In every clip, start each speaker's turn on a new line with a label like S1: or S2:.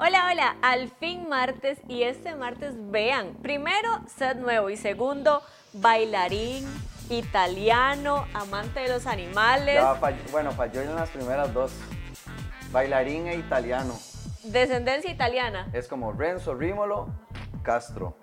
S1: Hola, hola, al fin martes y este martes vean, primero set nuevo y segundo bailarín italiano, amante de los animales,
S2: Ya falló- bueno, falló en las primeras dos. Bailarín e italiano.
S1: descendencia italiana.
S2: Es como Renzo Rímolo Castro.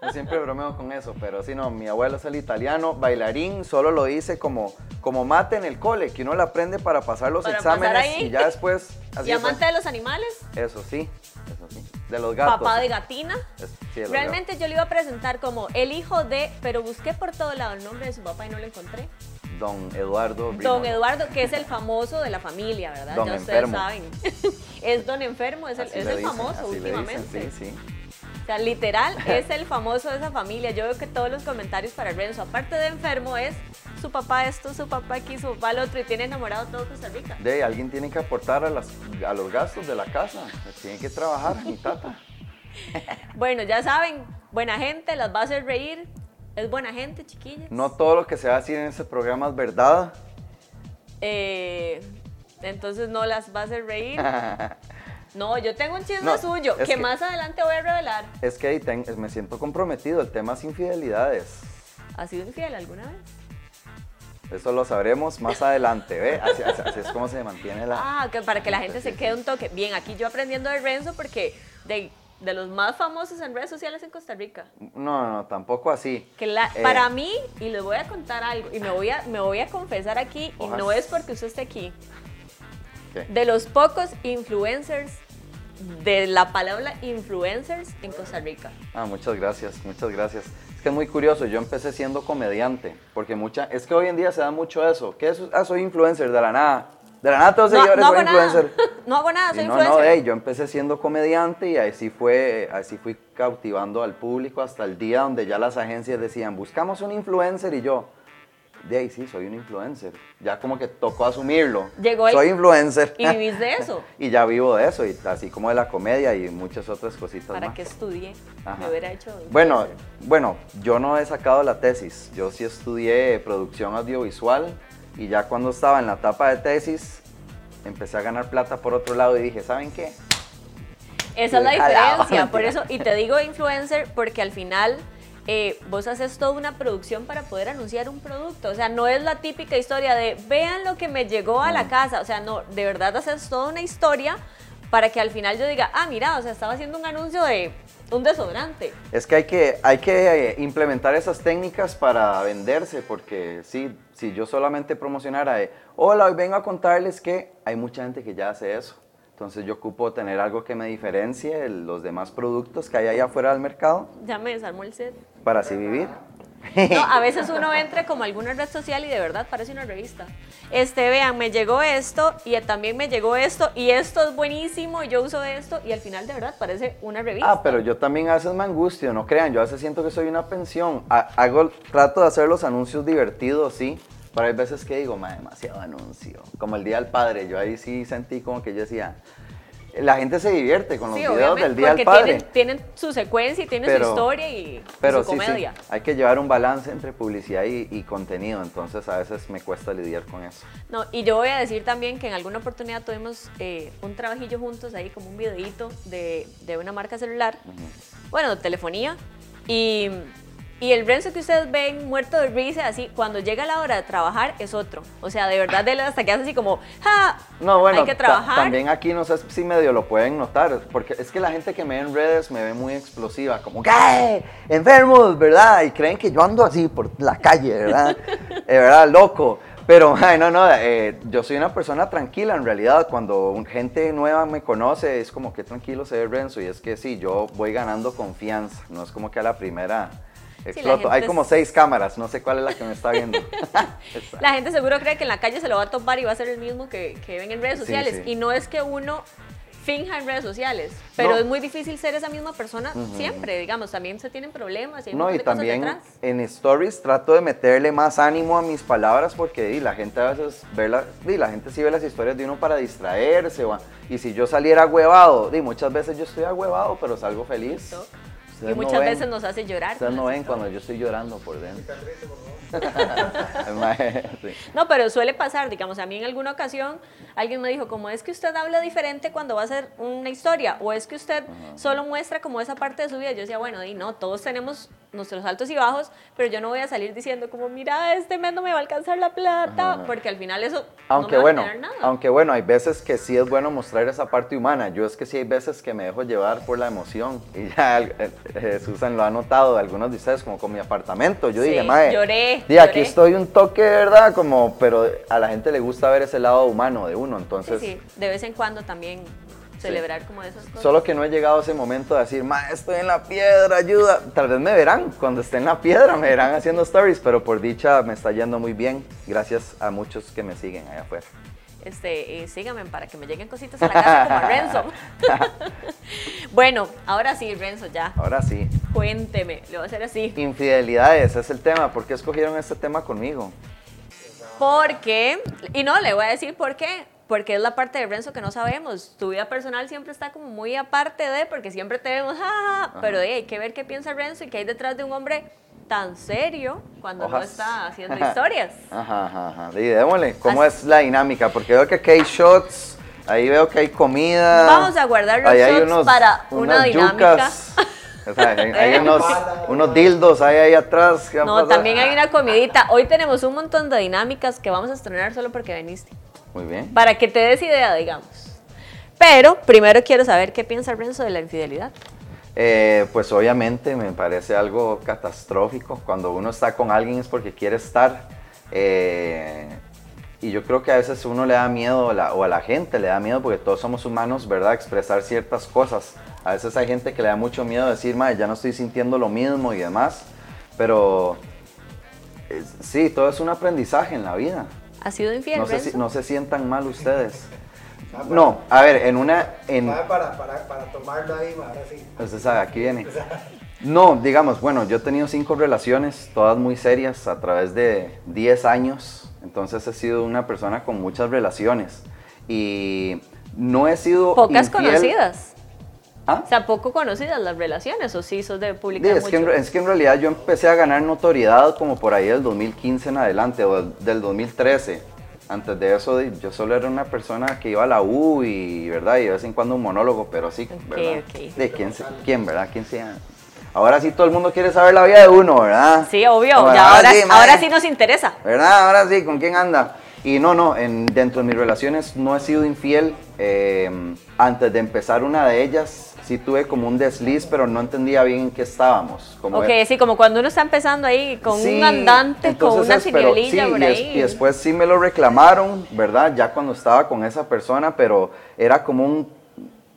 S2: Yo siempre bromeo con eso, pero si no, mi abuelo es el italiano, bailarín, solo lo hice como, como mate en el cole, que uno le aprende para pasar los
S1: Para pasar
S2: exámenes
S1: ahí.
S2: y ya después... así
S1: y
S2: es,
S1: amante de los animales,
S2: Eso sí, eso sí. De los gatos.
S1: papá de gatina.
S2: Es- sí, de los
S1: Realmente yo le iba a presentar como el hijo de, pero busqué por todo lado el nombre de su papá y no lo encontré.
S2: gatos. Don Eduardo Rímolo.
S1: Don Eduardo, que es el famoso de la familia, ¿verdad?
S2: Pues Don
S1: ya ustedes
S2: Enfermo.
S1: saben. es don enfermo, es el,
S2: Así
S1: es
S2: le
S1: el
S2: dicen,
S1: famoso
S2: así le dicen,
S1: últimamente.
S2: sí, sí.
S1: O sea, literal, es el famoso de esa familia. Yo veo que todos los comentarios para Renzo, aparte de enfermo, es su papá esto, su papá aquí, su papá lo otro, y tiene enamorado todo Costa Rica.
S2: De ahí, alguien tiene que aportar a, las, a los gastos de la casa. Tiene que trabajar, mi tata.
S1: Bueno, ya saben, buena gente, las va a hacer reír. Es buena gente, chiquillas.
S2: No todo lo que se va a decir en este programa es verdad.
S1: Eh, entonces no las va a hacer reír. No, yo tengo un chisme
S2: No,
S1: suyo que,
S2: es que-
S1: más adelante voy a revelar.
S2: Es que ahí ten- me siento comprometido. El tema es infidelidades.
S1: ¿Has sido infiel alguna vez?
S2: Eso lo sabremos más adelante, ¿ve? Así, así- así es como se mantiene la...
S1: Ah, que para que la gente
S2: Sí,
S1: se
S2: sí,
S1: quede un toque. Bien, aquí yo aprendiendo de Renzo porque de, de los más famosos en redes sociales en Costa Rica.
S2: No, no, tampoco así.
S1: Que la-
S2: Eh,
S1: para mí, y les voy a contar algo, y me voy a, me voy a confesar aquí, y
S2: Ojalá.
S1: no es porque usted esté aquí,
S2: ¿qué?
S1: de los pocos influencers, de la palabra influencers en Costa Rica.
S2: Ah, muchas gracias, muchas gracias. Es que es muy curioso, yo empecé siendo comediante, porque mucha, es que hoy en día se da mucho eso. ¿Qué es? Ah, soy influencer, de la nada. De la nada todos
S1: No,
S2: seguidores
S1: no hago
S2: soy
S1: nada,
S2: influencer.
S1: no hago nada,
S2: Y
S1: soy
S2: no,
S1: influencer.
S2: no, ey, yo empecé siendo comediante y así fue, así fui cautivando al público hasta el día donde ya las agencias decían, buscamos un influencer y yo, de ahí sí, soy un influencer. Ya como que tocó asumirlo.
S1: Llegó el-
S2: soy influencer.
S1: Y vivís de eso.
S2: Y ya vivo de eso, y así como de la comedia y muchas otras cositas
S1: Para
S2: más.
S1: que estudié, me
S2: Ajá.
S1: hubiera hecho...
S2: Bueno, bueno, yo no he sacado la tesis. Yo sí estudié producción audiovisual y ya cuando estaba en la etapa de tesis empecé a ganar plata por otro lado y dije, ¿saben qué?
S1: Esa es la
S2: Alaba,
S1: diferencia,
S2: mentira.
S1: por eso, y te digo influencer porque al final eh, vos haces toda una producción para poder anunciar un producto, o sea, no es la típica historia de vean lo que me llegó a la casa, o sea, no, de verdad haces toda una historia para que al final yo diga, ah, mira, o sea, estaba haciendo un anuncio de un desodorante.
S2: Es que hay que, hay que eh, implementar esas técnicas para venderse, porque sí, si yo solamente promocionara, eh, hola, hoy vengo a contarles que hay mucha gente que ya hace eso. Entonces yo ocupo tener algo que me diferencie de los demás productos que hay allá afuera del mercado
S1: Ya me desarmó el set.
S2: para así vivir.
S1: No, a veces uno entra como a alguna red social y de verdad parece una revista. Este, vean, me llegó esto y también me llegó esto y esto es buenísimo y yo uso esto y al final de verdad parece una revista.
S2: Ah, pero yo también a veces me angustio, no crean, yo a veces siento que soy una pensión. Ha- Hago, trato de hacer los anuncios divertidos, sí, pero hay veces que digo, ma, demasiado anuncio. Como el Día del Padre, yo ahí sí sentí como que yo decía, la gente se divierte con los
S1: Sí,
S2: videos
S1: obviamente,
S2: del Día del
S1: porque
S2: Padre.
S1: Tienen, tienen su secuencia y tienen
S2: Pero-
S1: su historia y
S2: pero
S1: su
S2: sí, sí,
S1: comedia.
S2: hay que llevar un balance entre publicidad y, y contenido, entonces a veces me cuesta lidiar con eso.
S1: No, y yo voy a decir también que en alguna oportunidad tuvimos eh, un trabajillo juntos ahí, como un videíto de, de una marca celular, bueno, de telefonía, y, y el Renzo que ustedes ven muerto de risa, así, cuando llega la hora de trabajar es otro. O sea, de verdad, él hasta que hace así como, ¡ja!
S2: No, bueno,
S1: hay que
S2: ta-
S1: trabajar.
S2: también aquí no sé si medio lo pueden notar, porque es que la gente que me ve en redes me ve muy explosiva, como que enfermos, ¿verdad? Y creen que yo ando así por la calle, ¿verdad? De verdad, loco. Pero, ay, no, no, eh, yo soy una persona tranquila en realidad. Cuando un- gente nueva me conoce, es como que tranquilo se ve Renzo. Y es que sí, yo voy ganando confianza. No es como que a la primera exploto.
S1: gente
S2: Hay como
S1: es-
S2: seis cámaras, no sé cuál es la que me está viendo.
S1: La gente seguro cree que en la calle se lo va a topar y va a ser el mismo que, que ven en redes
S2: Sí,
S1: sociales.
S2: sí.
S1: Y no es que uno finja en redes sociales, pero
S2: No.
S1: es muy difícil ser esa misma persona siempre, digamos. También se tienen problemas y hay un
S2: No,
S1: montón
S2: y
S1: de cosas
S2: también
S1: detrás.
S2: en stories trato de meterle más ánimo a mis palabras porque di, la gente a veces ve la, di, la gente sí ve las historias de uno para distraerse. o a- y si yo saliera huevado, di, muchas veces yo estoy agüevado, pero salgo feliz.
S1: TikTok.
S2: Ustedes
S1: Y
S2: no
S1: muchas
S2: ven-
S1: veces nos hace llorar.
S2: Ustedes
S1: con
S2: no
S1: las
S2: ven
S1: historias.
S2: cuando yo estoy llorando por dentro. El mae, sí.
S1: No, pero suele pasar, digamos, a mí en alguna ocasión alguien me dijo, como es que usted habla diferente cuando va a hacer una historia, o es que usted solo muestra como esa parte de su vida. Yo decía, bueno, y no, todos tenemos nuestros altos y bajos, pero yo no voy a salir diciendo como, mira, este mes no me va a alcanzar la plata, porque al final eso no
S2: Aunque
S1: me va
S2: bueno,
S1: a tener nada.
S2: aunque bueno, hay veces que sí es bueno mostrar esa parte humana. Yo es que sí hay veces que me dejo llevar por la emoción. Y ya eh, eh, Susan lo ha notado de algunos de ustedes, como con mi apartamento. Yo
S1: Sí,
S2: dije, mae,
S1: lloré,
S2: di, aquí
S1: lloré".
S2: estoy un toque, ¿verdad? Como, pero a la gente le gusta ver ese lado humano de uno.
S1: Sí,
S2: Entonces,
S1: sí, de vez en cuando también celebrar como esas cosas.
S2: Solo que no he llegado a ese momento de decir, ma, estoy en la piedra, ayuda. Tal vez me verán cuando esté en la piedra, me verán haciendo stories, pero por dicha me está yendo muy bien. Gracias a muchos que me siguen allá afuera.
S1: Este, eh, síganme para que me lleguen cositas a la casa como a Renzo. bueno, ahora sí, Renzo, ya.
S2: Ahora sí.
S1: Cuénteme, le voy a hacer así.
S2: Infidelidades, es el tema. ¿Por qué escogieron este tema conmigo?
S1: Porque, y no, le voy a decir por qué. Porque es la parte de Renzo que no sabemos. Tu vida personal siempre está como muy aparte de, porque siempre te vemos, "Ja, ja, ja", pero hey, hay que ver qué piensa Renzo y qué hay detrás de un hombre tan serio cuando no
S2: Ojas.
S1: está haciendo historias.
S2: Ajá, ajá, ajá. Y démosle, ¿cómo
S1: Así-
S2: es la dinámica? Porque veo que aquí hay shots, ahí veo que hay comida.
S1: Vamos a guardar los
S2: Ahí hay
S1: shots
S2: unos-
S1: para una
S2: unas
S1: dinámica.
S2: yucas. O sea, hay, hay unos, unos dildos ahí, ahí atrás. que van
S1: No,
S2: pasando.
S1: también hay una comidita. Hoy tenemos un montón de dinámicas que vamos a estrenar solo porque viniste.
S2: Muy bien.
S1: Para que te des idea, digamos. Pero primero quiero saber qué piensa Renzo de la infidelidad.
S2: Eh, pues obviamente me parece algo catastrófico. Cuando uno está con alguien es porque quiere estar. eh, y yo creo que a veces uno le da miedo, a la- o a la gente le da miedo, porque todos somos humanos, ¿verdad? Expresar ciertas cosas. A veces hay gente que le da mucho miedo decir, "Mae, ya no estoy sintiendo lo mismo y demás. Pero eh, sí, todo es un aprendizaje en la vida.
S1: ¿Ha sido infiel,
S2: No se, si-
S1: Renzo?
S2: no se sientan mal ustedes. No, a ver, en una... En,
S3: ¿Sabe? Ah, Para, para, para tomarlo ahí, ma, ahora sí.
S2: Usted Pues sabe, aquí viene. No, digamos, bueno, yo he tenido cinco relaciones, todas muy serias, a través de 10 años. Entonces he sido una persona con muchas relaciones. Y no he sido.
S1: Pocas
S2: infiel-
S1: conocidas.
S2: ¿Ah?
S1: O sea, poco conocidas las relaciones, o sí, sos de
S2: Sí,
S1: publicar
S2: es, que en,
S1: mucho.
S2: re- es que en realidad yo empecé a ganar notoriedad como por ahí del 2015 en adelante, o del- del 2013. Antes de eso di, yo solo era una persona que iba a la U y, ¿verdad? Y de vez en cuando un monólogo, pero sí,
S1: Ok,
S2: ¿verdad?
S1: ok.
S2: De quién, se- quién, ¿verdad? ¿Quién sea? Ahora sí todo el mundo quiere saber la vida de uno, ¿verdad?
S1: Sí, obvio.
S2: Como,
S1: ya ahora,
S2: mae,
S1: ahora sí nos interesa.
S2: ¿Verdad? Ahora sí, ¿con quién anda? Y no, no, en, dentro de mis relaciones no he sido infiel. Eh, antes de empezar una de ellas, sí tuve como un desliz, pero no entendía bien en qué estábamos. Como
S1: Ok, sí, como cuando uno está empezando ahí con
S2: Sí,
S1: un andante, con
S2: entonces
S1: una
S2: es, pero
S1: cineblilla
S2: sí,
S1: por
S2: y es-
S1: ahí.
S2: Y, después sí me lo reclamaron, ¿verdad? Ya cuando estaba con esa persona, pero era como un...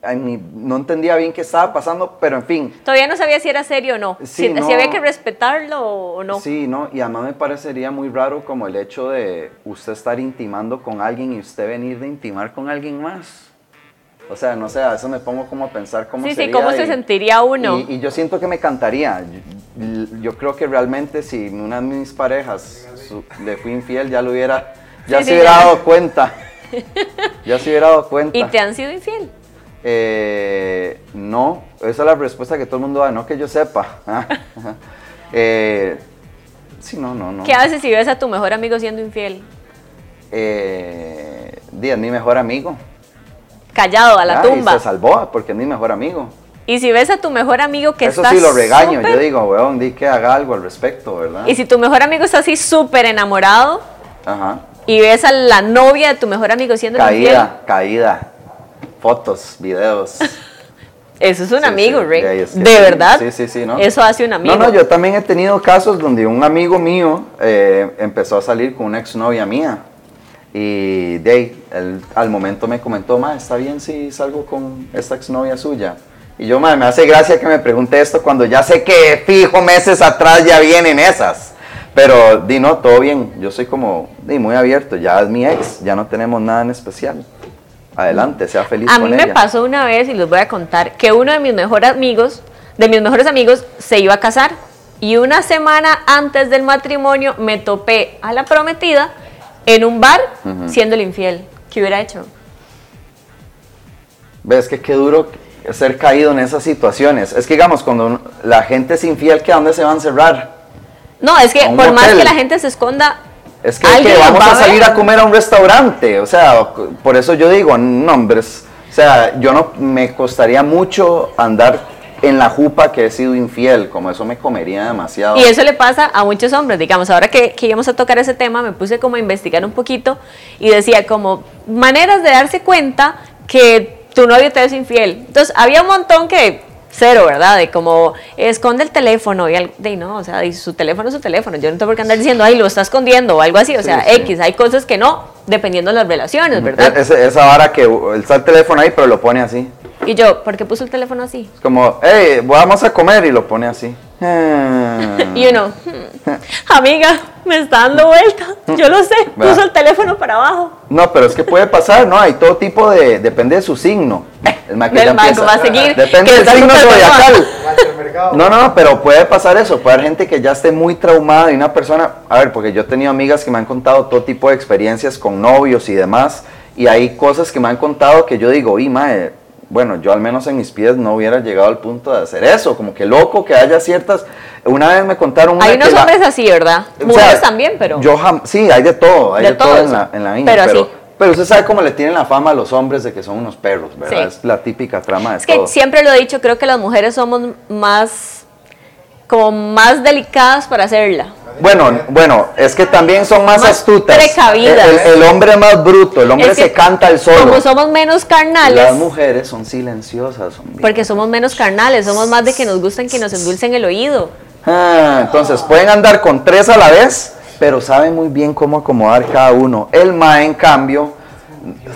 S2: ay, ni- no entendía bien qué estaba pasando, pero en fin,
S1: Todavía no sabía si era serio o no.
S2: Sí,
S1: si,
S2: no.
S1: si había que respetarlo o no.
S2: Sí, no, y además me parecería muy raro como el hecho de usted estar intimando con alguien y usted venir de intimar con alguien más. O sea, no sé, a veces me pongo como a pensar cómo
S1: Sí, sí,
S2: sería
S1: ¿cómo se
S2: y-
S1: sentiría uno?
S2: Y, y yo siento que me cantaría. Yo, yo creo que realmente si una de mis parejas su- le fui infiel, ya lo hubiera, ya
S1: Sí,
S2: se
S1: sí,
S2: hubiera
S1: ya.
S2: dado cuenta. Ya se hubiera dado cuenta.
S1: ¿Y te han sido infiel?
S2: Eh, no, esa es la respuesta que todo el mundo da, no que yo sepa. Ah, eh, sí, no, no, no.
S1: ¿Qué haces si ves a tu mejor amigo siendo infiel?
S2: Eh, di, es mi mejor amigo.
S1: Callado a la
S2: Ah, Y
S1: tumba.
S2: se salvó porque es mi mejor amigo.
S1: Y si ves a tu mejor amigo que
S2: Eso
S1: está
S2: sí lo regaño,
S1: súper-
S2: yo digo, weón, di que haga algo al respecto, ¿verdad?
S1: Y si tu mejor amigo está así súper enamorado
S2: Ajá.
S1: y ves a la novia de tu mejor amigo siendo infiel,
S2: Caída, caída. Fotos, videos.
S1: eso es un
S2: Sí,
S1: amigo,
S2: sí,
S1: Rick.
S2: de ahí es que
S1: de
S2: sí,
S1: verdad.
S2: sí, sí, sí, ¿no?
S1: Eso hace un amigo.
S2: No, no, yo también he tenido casos donde un amigo mío eh, empezó a salir con una exnovia mía. Y de ahí, él al momento me comentó, ma, ¿está bien si salgo con esta exnovia suya? Y yo, ma, me hace gracia que me pregunte esto cuando ya sé que fijo meses atrás ya vienen esas. Pero di, no, todo bien. Yo soy como, di, muy abierto. Ya es mi ex, ya no tenemos nada en especial. Adelante, sea feliz
S1: A
S2: con
S1: mí me
S2: ella.
S1: pasó una vez, y les voy a contar, que uno de mis mejores amigos, de mis mejores amigos, se iba a casar. Y una semana antes del matrimonio me topé a la prometida en un bar
S2: Ujú.
S1: siendo el infiel. ¿Qué hubiera hecho?
S2: Ves que qué duro ser caído en esas situaciones. Es que digamos, cuando uno- la gente es infiel, ¿que a dónde se va a encerrar?
S1: No, es que
S2: A un
S1: por más
S2: hotel.
S1: que la gente se esconda,
S2: Es que, que
S1: Alguien los
S2: vamos
S1: va
S2: a
S1: a
S2: salir
S1: ver.
S2: a comer a un restaurante, o sea, c- por eso yo digo, nombres, o sea, yo no me costaría mucho andar en la jupa que he sido infiel, como eso me comería demasiado.
S1: Y eso le pasa a muchos hombres, digamos, ahora que, que íbamos a tocar ese tema, me puse como a investigar un poquito y decía como maneras de darse cuenta que tu novio te es infiel. Entonces, había un montón que cero, ¿verdad? De como esconde el teléfono y al- de no, o sea, y su teléfono es su teléfono, yo no tengo por qué andar diciendo, ay, lo está escondiendo o algo así, o sea,
S2: sí.
S1: X, hay cosas que no, dependiendo de las relaciones, ¿verdad?
S2: E- ese- esa vara que uh, está el teléfono ahí, pero lo pone así.
S1: Y yo, ¿por qué puso el teléfono así?
S2: Es como, hey, vamos a comer y lo pone así. Ah.
S1: Y uno, "Hmm, amiga, me está dando vuelta, yo lo sé, puso
S2: ¿Verdad?
S1: el teléfono para abajo.
S2: No, pero es que puede pasar, ¿no? Hay todo tipo de. Depende de su signo. El mago
S1: Del mago va a seguir,
S2: Depende
S1: que
S2: del
S1: está
S2: signo
S1: súper
S2: zodiacal.
S3: Waltermercado.
S2: No, no, pero puede pasar eso. Puede haber gente que ya esté muy traumada y una persona. A ver, porque yo he tenido amigas que me han contado todo tipo de experiencias con novios y demás. Y hay cosas que me han contado que yo digo, y mae, bueno, yo al menos en mis pies no hubiera llegado al punto de hacer eso. Como que loco que haya ciertas. Una vez me contaron una.
S1: Hay unos
S2: que la-
S1: hombres así, ¿verdad?
S2: o sea,
S1: Mujeres también, pero.
S2: Yo jam- sí, hay de todo, hay
S1: De
S2: de,
S1: todo,
S2: todo, en la, en la India.
S1: pero
S2: Pero,
S1: así.
S2: pero, usted sabe cómo le tienen la fama a los hombres de que son unos perros, ¿verdad?
S1: Sí.
S2: Es la típica trama de
S1: es que
S2: todo.
S1: siempre lo he dicho, creo que las mujeres somos más. como más delicadas para hacerla.
S2: Bueno, bueno, es que también son más,
S1: Más
S2: astutas.
S1: precavidas.
S2: El, el hombre es más bruto, el hombre
S1: Es que
S2: se canta el solo.
S1: Como somos menos carnales.
S2: Las mujeres son silenciosas. son bien-
S1: Porque somos menos carnales, somos más de que nos gustan que nos endulcen el oído.
S2: Ah, entonces pueden andar con tres a la vez, pero saben muy bien cómo acomodar cada uno. El mae, en cambio,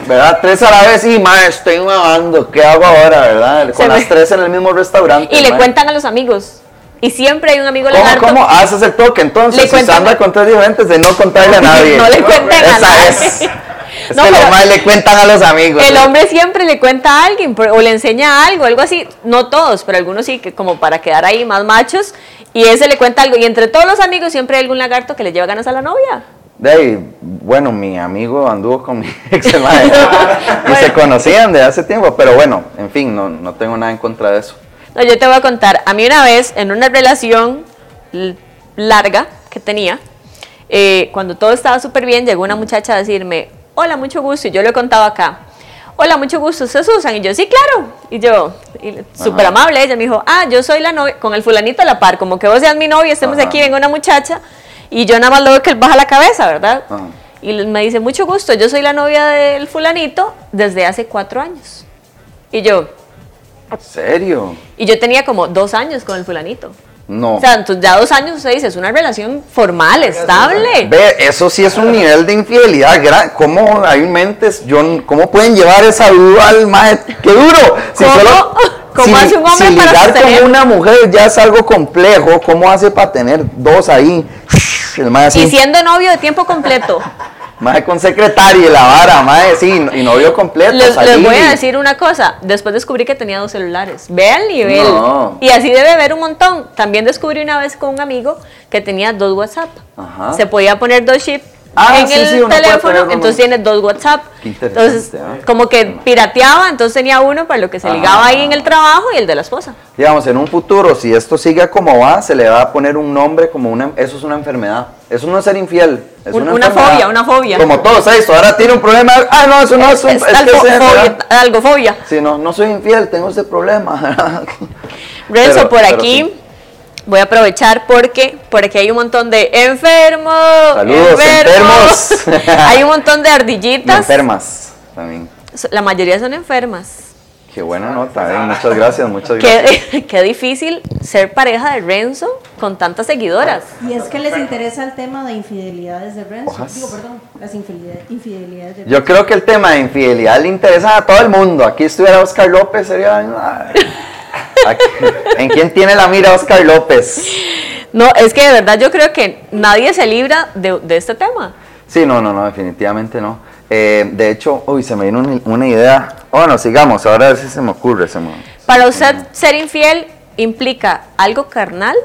S2: ¿verdad? Tres a la vez y mae, estoy mamando, ¿qué hago ahora, verdad? Con
S1: Se
S2: las
S1: me-
S2: tres en el mismo restaurante.
S1: Y le
S2: mae.
S1: cuentan a los amigos. Y siempre hay un amigo
S2: ¿Cómo,
S1: lagarto.
S2: cómo? Haces el toque entonces.
S1: Le
S2: si se
S1: cuentan-
S2: anda con tres diferentes, de no contarle a nadie.
S1: No le cuenten a
S2: Esa
S1: nadie.
S2: Es. Es
S1: No,
S2: que
S1: pero-
S2: los maes le cuentan a los amigos.
S1: El
S2: ¿no?
S1: hombre siempre le cuenta a alguien por- o le enseña algo, algo así. No todos, pero algunos sí, que como para quedar ahí más machos. Y ese le cuenta algo. Y entre todos los amigos siempre hay algún lagarto que le lleva ganas a la novia.
S2: De ahí, bueno, mi amigo anduvo con mi ex mae. y
S1: Bueno.
S2: se conocían de hace tiempo, pero bueno, en fin, no, no tengo nada en contra de eso.
S1: No, yo te voy a contar. A mí una vez, en una relación l- larga que tenía, eh, cuando todo estaba súper bien, llegó una muchacha a decirme, hola, mucho gusto, y yo le contaba acá. Hola, mucho gusto, ¿usted es Susan? Y yo, sí, claro. Y yo, y súper amable, ella me dijo, ah, yo soy la novia, con el fulanito a la par, como que vos seas mi novia, estemos
S2: Ajá.
S1: aquí, venga una muchacha, y yo nada más lo veo que él baja la cabeza, ¿verdad?
S2: Ajá.
S1: Y le- me dice, mucho gusto, yo soy la novia del fulanito desde hace cuatro años. Y yo,
S2: ¿En serio?
S1: y yo tenía como dos años con el fulanito.
S2: No.
S1: O sea, entonces ya dos años usted dice, es una relación formal, estable.
S2: Ve, eso sí es un nivel de infidelidad gran. ¿Cómo hay mentes? Yo, n- ¿Cómo pueden llevar esa duda al maestro? ¡Qué duro!
S1: ¿Cómo- cómo hace un hombre
S2: si
S1: para
S2: ligar
S1: sostener?
S2: con una mujer ya es algo complejo, ¿cómo hace para tener dos ahí? El mae así,
S1: Y siendo novio de tiempo completo.
S2: mae con secretaria y la vara, mae, sí, y novio completo.
S1: Les, les
S2: salir.
S1: voy a decir una cosa, después descubrí que tenía dos celulares. Ve al nivel.
S2: No.
S1: Y así debe haber un montón. También descubrí una vez con un amigo que tenía dos WhatsApp.
S2: Ajá.
S1: Se podía poner dos chip
S2: Ah,
S1: en
S2: sí,
S1: el
S2: sí, uno puede
S1: teléfono,
S2: poner uno.
S1: entonces tiene dos WhatsApp.
S2: Qué interesante,
S1: Entonces,
S2: ¿eh?
S1: como que pirateaba, entonces tenía uno para lo que se
S2: Ah.
S1: ligaba ahí en el trabajo y el de la esposa.
S2: digamos, en un futuro, si esto sigue como va, se le va a poner un nombre como una, eso es una enfermedad. Eso no es ser infiel. Es
S1: Un-
S2: una,
S1: una
S2: enfermedad.
S1: fobia, una fobia.
S2: Como todos esto, ahora tiene un problema. Ah, no, eso no es, un,
S1: Es
S2: es que
S1: algo,
S2: es
S1: fobia,
S2: enfermedad.
S1: algo fobia.
S2: Sí, no, no soy infiel, tengo ese problema.
S1: Renzo,
S2: Pero-
S1: por
S2: pero
S1: aquí
S2: sí.
S1: voy a aprovechar porque, porque hay un montón de enfermos.
S2: Saludos, enfermos.
S1: hay un montón de
S2: Me
S1: ardillitas.
S2: enfermas también.
S1: So- La mayoría son enfermas.
S2: Qué buena nota, eh, muchas gracias, muchas gracias.
S1: Qué, qué difícil ser pareja de Renzo con tantas seguidoras.
S4: Y es que les interesa el tema de infidelidades de Renzo.
S2: Ojas.
S4: Digo, perdón, las infidelidad- infidelidades de
S2: Yo creo que el tema de infidelidad le interesa a todo el mundo. Aquí estuviera Oscar López, sería... ah, aquí- ¿En quién tiene la mira Oscar López?
S1: No, es que de verdad yo creo que nadie se libra de, de este tema.
S2: Sí, no, no, no, definitivamente no. Eh, de hecho, uy, se me vino un- una idea. Bueno, sigamos, ahora a ver si se me ocurre. Se me-
S1: Para usted, ser infiel implica algo carnal,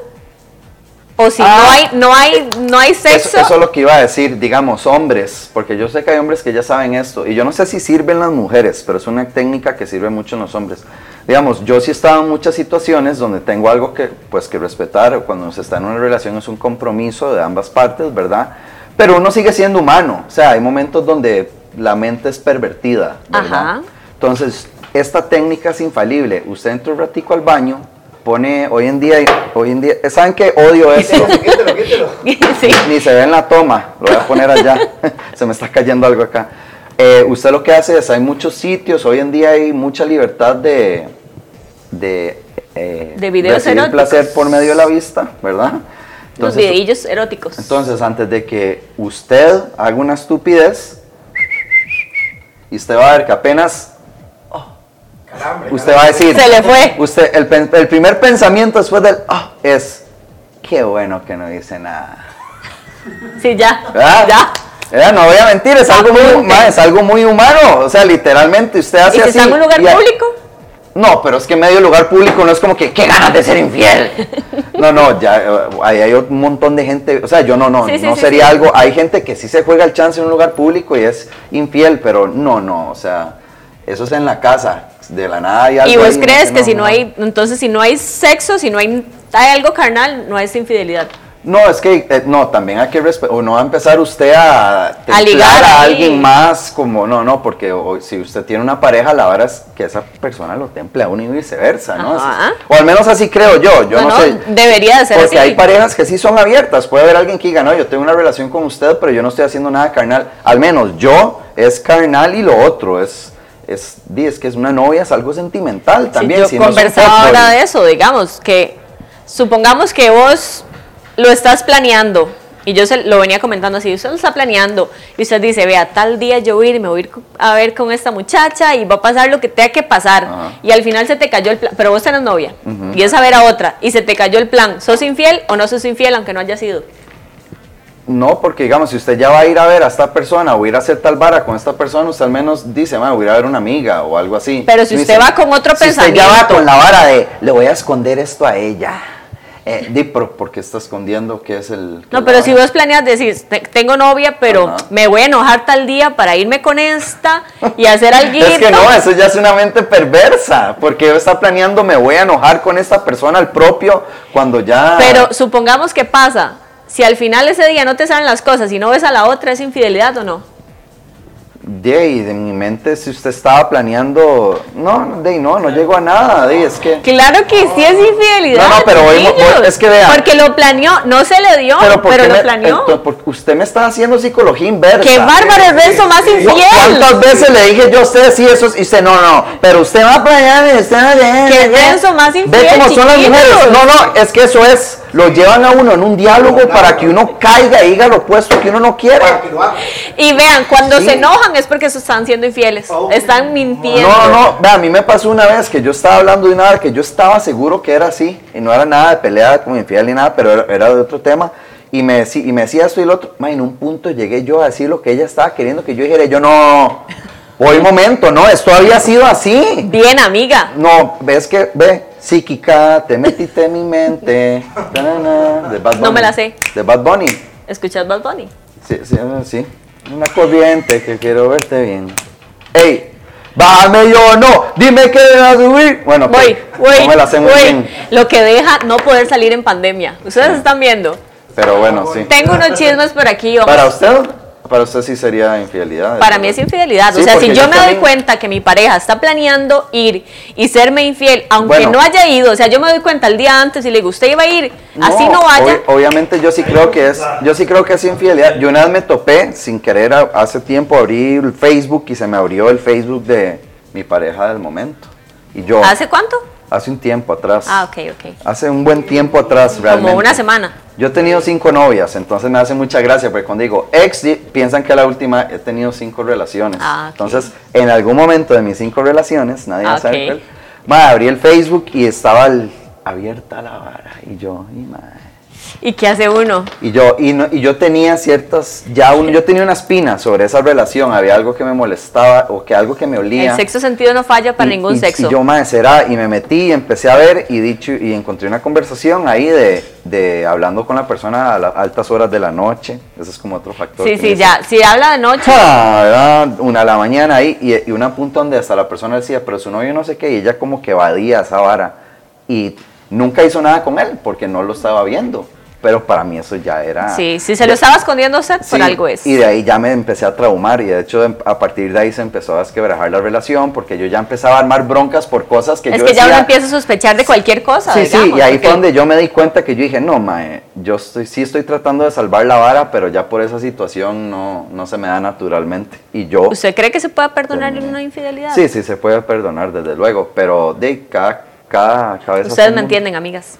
S1: O si no
S2: Ah.
S1: hay, no hay, no hay sexo.
S2: Eso, eso es lo que iba a decir, digamos, hombres, porque yo sé que hay hombres que ya saben esto, y yo no sé si sirven las mujeres, pero es una técnica que sirve mucho en los hombres. Digamos, yo sí he estado en muchas situaciones donde tengo algo que, pues, que respetar, o cuando se está en una relación es un compromiso de ambas partes, ¿verdad? Pero uno sigue siendo humano, o sea, hay momentos donde la mente es pervertida, ¿verdad?
S1: Ajá.
S2: Entonces, esta técnica es infalible. Usted entra un ratico al baño, pone, hoy en día, hoy en día, ¿saben qué? Odio esto.
S3: Quítelo, quítelo, quítelo.
S1: sí.
S2: Ni se ve en la toma, lo voy a poner allá. se me está cayendo algo acá. Eh, usted lo que hace es, hay muchos sitios, hoy en día hay mucha libertad de... De, eh,
S1: De videos
S2: recibir
S1: eróticos.
S2: placer por medio de la vista, ¿verdad?
S1: Los
S2: Entonces,
S1: videillos eróticos.
S2: entonces, antes de que usted haga una estupidez, y usted va a ver que apenas
S3: Calambre.
S2: Usted va a decir.
S1: Se le fue.
S2: Usted, el, pen- el primer pensamiento después del. ah es. Qué bueno que no dice nada.
S1: sí, ya.
S2: ¿Verdad?
S1: Ya.
S2: ¿Verdad? No voy a mentir, es algo, muy,
S1: Apunte.
S2: ma, es algo muy humano. O sea, literalmente usted
S1: ¿Y
S2: hace
S1: si
S2: así.
S1: está en un lugar
S2: y a-
S1: público?
S2: No, pero es que en medio lugar público no es como que. ¡Qué ganas de ser infiel! No, no, ya. eh, Ahí hay un montón de gente. O sea, yo no, no.
S1: Sí, sí,
S2: no
S1: sí,
S2: sería
S1: sí.
S2: algo. Hay gente que sí se juega el chance en un lugar público y es infiel, pero no, no. O sea, eso es en la casa. De la nada hay algo.
S1: Y vos
S2: ahí,
S1: crees que si no
S2: no.
S1: hay, entonces si no hay sexo, si no hay, hay algo carnal, no es infidelidad.
S2: No, es que eh, no, también hay que respetar, o no va a empezar usted a
S1: A
S2: templar
S1: ligar
S2: a
S1: ahí.
S2: alguien más, como no, no, porque o- si usted tiene una pareja, la verdad es que esa persona lo temple a uno y viceversa, ¿no?
S1: Ajá.
S2: O al menos así creo yo, yo
S1: No,
S2: no,
S1: no,
S2: sé.
S1: debería de ser
S2: Porque
S1: así.
S2: hay parejas que sí son abiertas, puede haber alguien que diga, no, yo tengo una relación con usted, pero yo no estoy haciendo nada carnal, al menos yo es carnal y lo otro es... Es, di, es que es una novia, es algo sentimental también.
S1: Sí,
S2: si
S1: yo
S2: no es un
S1: conversaba
S2: fuckboy.
S1: ahora de eso, digamos, que supongamos que vos lo estás planeando, y yo se lo venía comentando así, usted lo está planeando, y usted dice, vea, tal día yo voy a ir, me voy a ir co- a ver con esta muchacha, y va a pasar lo que tenga que pasar,
S2: Ajá.
S1: y al final se te cayó el plan, pero vos tenés novia, y es a ver a otra, y se te cayó el plan, ¿sos infiel o no sos infiel, aunque no haya sido?
S2: No, porque digamos, si usted ya va a ir a ver a esta persona o ir a hacer tal vara con esta persona, usted al menos dice, "Ma, voy a ir a ver una amiga o algo así.
S1: Pero si
S2: No
S1: usted
S2: dice,
S1: va con otro
S2: si Usted ya va
S1: pensamiento.
S2: con la vara de, le voy a esconder esto a ella. Eh, di, pero ¿por qué está escondiendo qué es el... qué es
S1: No,
S2: la
S1: pero si
S2: vara?
S1: vos planeas decir, "Te- tengo novia, pero
S2: Ajá.
S1: me voy a enojar tal día para irme con esta y hacer algo.
S2: Es que no, eso ya es una mente perversa, porque está planeando, me voy a enojar con esta persona, al propio, cuando ya...
S1: Pero supongamos que pasa, si al final ese día no te salen las cosas y no ves a la otra, ¿es infidelidad o no?
S2: De ahí, de mi mente, si usted estaba planeando... No, de ahí, no, no llegó a nada, de ahí, es que...
S1: Claro que sí es infidelidad.
S2: No, no, pero voy-
S1: chiquillos.
S2: voy- es que vean.
S1: Porque lo planeó, no se le dio, Ah, pero,
S2: ¿por qué
S1: lo
S2: me-
S1: planeó.
S2: ento- por- usted me está haciendo psicología inversa.
S1: ¡Qué bárbaro el Renzo más
S2: ¿Cu-
S1: infiel!
S2: ¿Cuántas veces le dije yo a usted sí eso? Y usted, no, no, pero usted va para allá, usted va allá.
S1: ¡Qué
S2: allá".
S1: Renzo más
S2: Ve
S1: infiel,
S2: cómo son las
S1: chiquillos!
S2: mujeres. No, no, es que eso es, lo llevan a uno en un diálogo para que uno caiga y diga lo opuesto que uno no quiere.
S3: Para que lo haga.
S1: Y vean, cuando
S2: Sí.
S1: se enojan es porque se están siendo infieles,
S3: Oh.
S1: están mintiendo.
S2: No, no, vea, a mí me pasó una vez que yo estaba hablando de una vez que yo estaba seguro que era así, y no era nada de pelea con infiel ni nada, pero era, era de otro tema, y me, decí- y me decía esto y lo otro, ma, en un punto llegué yo a decir lo que ella estaba queriendo que yo dijera, y yo no, hoy momento, no, esto había sido así.
S1: Bien, amiga.
S2: No, ves que, ve, psíquica, te metiste en mi mente. Ta, na, na, de Bad
S1: No me la sé.
S2: De Bad Bunny.
S1: ¿Escuchas Bad Bunny?
S2: Sí, sí, ah, sí. Una corriente que quiero verte bien. ¡Ey! ¡Bájame yo no! ¡Dime que vas a subir! Bueno,
S1: Voy,
S2: pues,
S1: voy,
S2: no me la sé muy
S1: voy.
S2: bien.
S1: Lo que deja no poder salir en pandemia. Ustedes están viendo.
S2: Pero bueno, sí.
S1: Tengo unos chismes por aquí. vamos.
S2: Para usted, para usted sí sería infidelidad.
S1: Para mí es infidelidad.
S2: Sí,
S1: o sea,
S2: porque
S1: si
S2: yo
S1: yo me
S2: también-
S1: doy cuenta que mi pareja está planeando ir y serme infiel, aunque
S2: Bueno.
S1: no haya ido, o sea, yo me doy cuenta el día antes y le digo, usted iba a ir, así no vaya.
S2: obvi- obviamente yo sí creo que es, yo sí creo que es infidelidad. Yo una vez me topé sin querer a- hace tiempo abrí el Facebook y se me abrió el Facebook de mi pareja del momento. Y yo
S1: ¿Hace cuánto?
S2: hace un tiempo atrás.
S1: Ah, ok, ok.
S2: Hace un buen tiempo atrás, realmente.
S1: una semana.
S2: Yo he tenido cinco novias, entonces me hace mucha gracia, porque cuando digo ex, di- piensan que la última he tenido cinco relaciones.
S1: Ah, ok.
S2: Entonces, en algún momento de mis cinco relaciones, nadie va a
S1: Ah,
S2: saber
S1: ok.
S2: cuál, mae, abrí el Facebook y estaba el- abierta la vara. Y yo, y mae,
S1: ¿Y qué hace uno?
S2: Y yo, y, no- y yo tenía ciertas, ya un- yo tenía una espina sobre esa relación, había algo que me molestaba o que algo que me olía.
S1: El sexo sentido no falla para
S2: Y-
S1: ningún
S2: y-
S1: sexo.
S2: Y yo, madre, será, y me metí y empecé a ver y dicho y encontré una conversación ahí de, de hablando con la persona a las altas horas de la noche, eso es como otro factor.
S1: sí,
S2: que me
S1: sí, ya. Si habla de noche,
S2: Ah, ¿verdad? Una a la mañana ahí y, y una punta donde hasta la persona decía, pero su novio no sé qué, y ella como que evadía esa vara. Y nunca hizo nada con él porque no lo estaba viendo. Pero para mí eso ya era.
S1: sí, si se lo estaba escondiendo a usted, por
S2: Ah. Sí,
S1: algo es.
S2: Y de ahí ya me empecé a traumar y de hecho em- a partir de ahí se empezó a desquebrajar la relación porque yo ya empezaba a armar broncas por cosas que
S1: es
S2: yo
S1: que ya uno
S2: decía,
S1: empieza a sospechar de cualquier cosa.
S2: Sí, sí,
S1: digamos,
S2: y ahí
S1: porque-
S2: fue donde yo me di cuenta que yo dije, no, mae, yo estoy, sí estoy tratando de salvar la vara, pero ya por esa situación no, no se me da naturalmente. Y yo...
S1: ¿Usted cree que se pueda perdonar
S2: Terminé.
S1: una infidelidad?
S2: Sí, sí, se puede perdonar, desde luego, pero de cada, cada cabeza... es
S1: Ustedes
S2: un
S1: me
S2: mundo.
S1: entienden, amigas.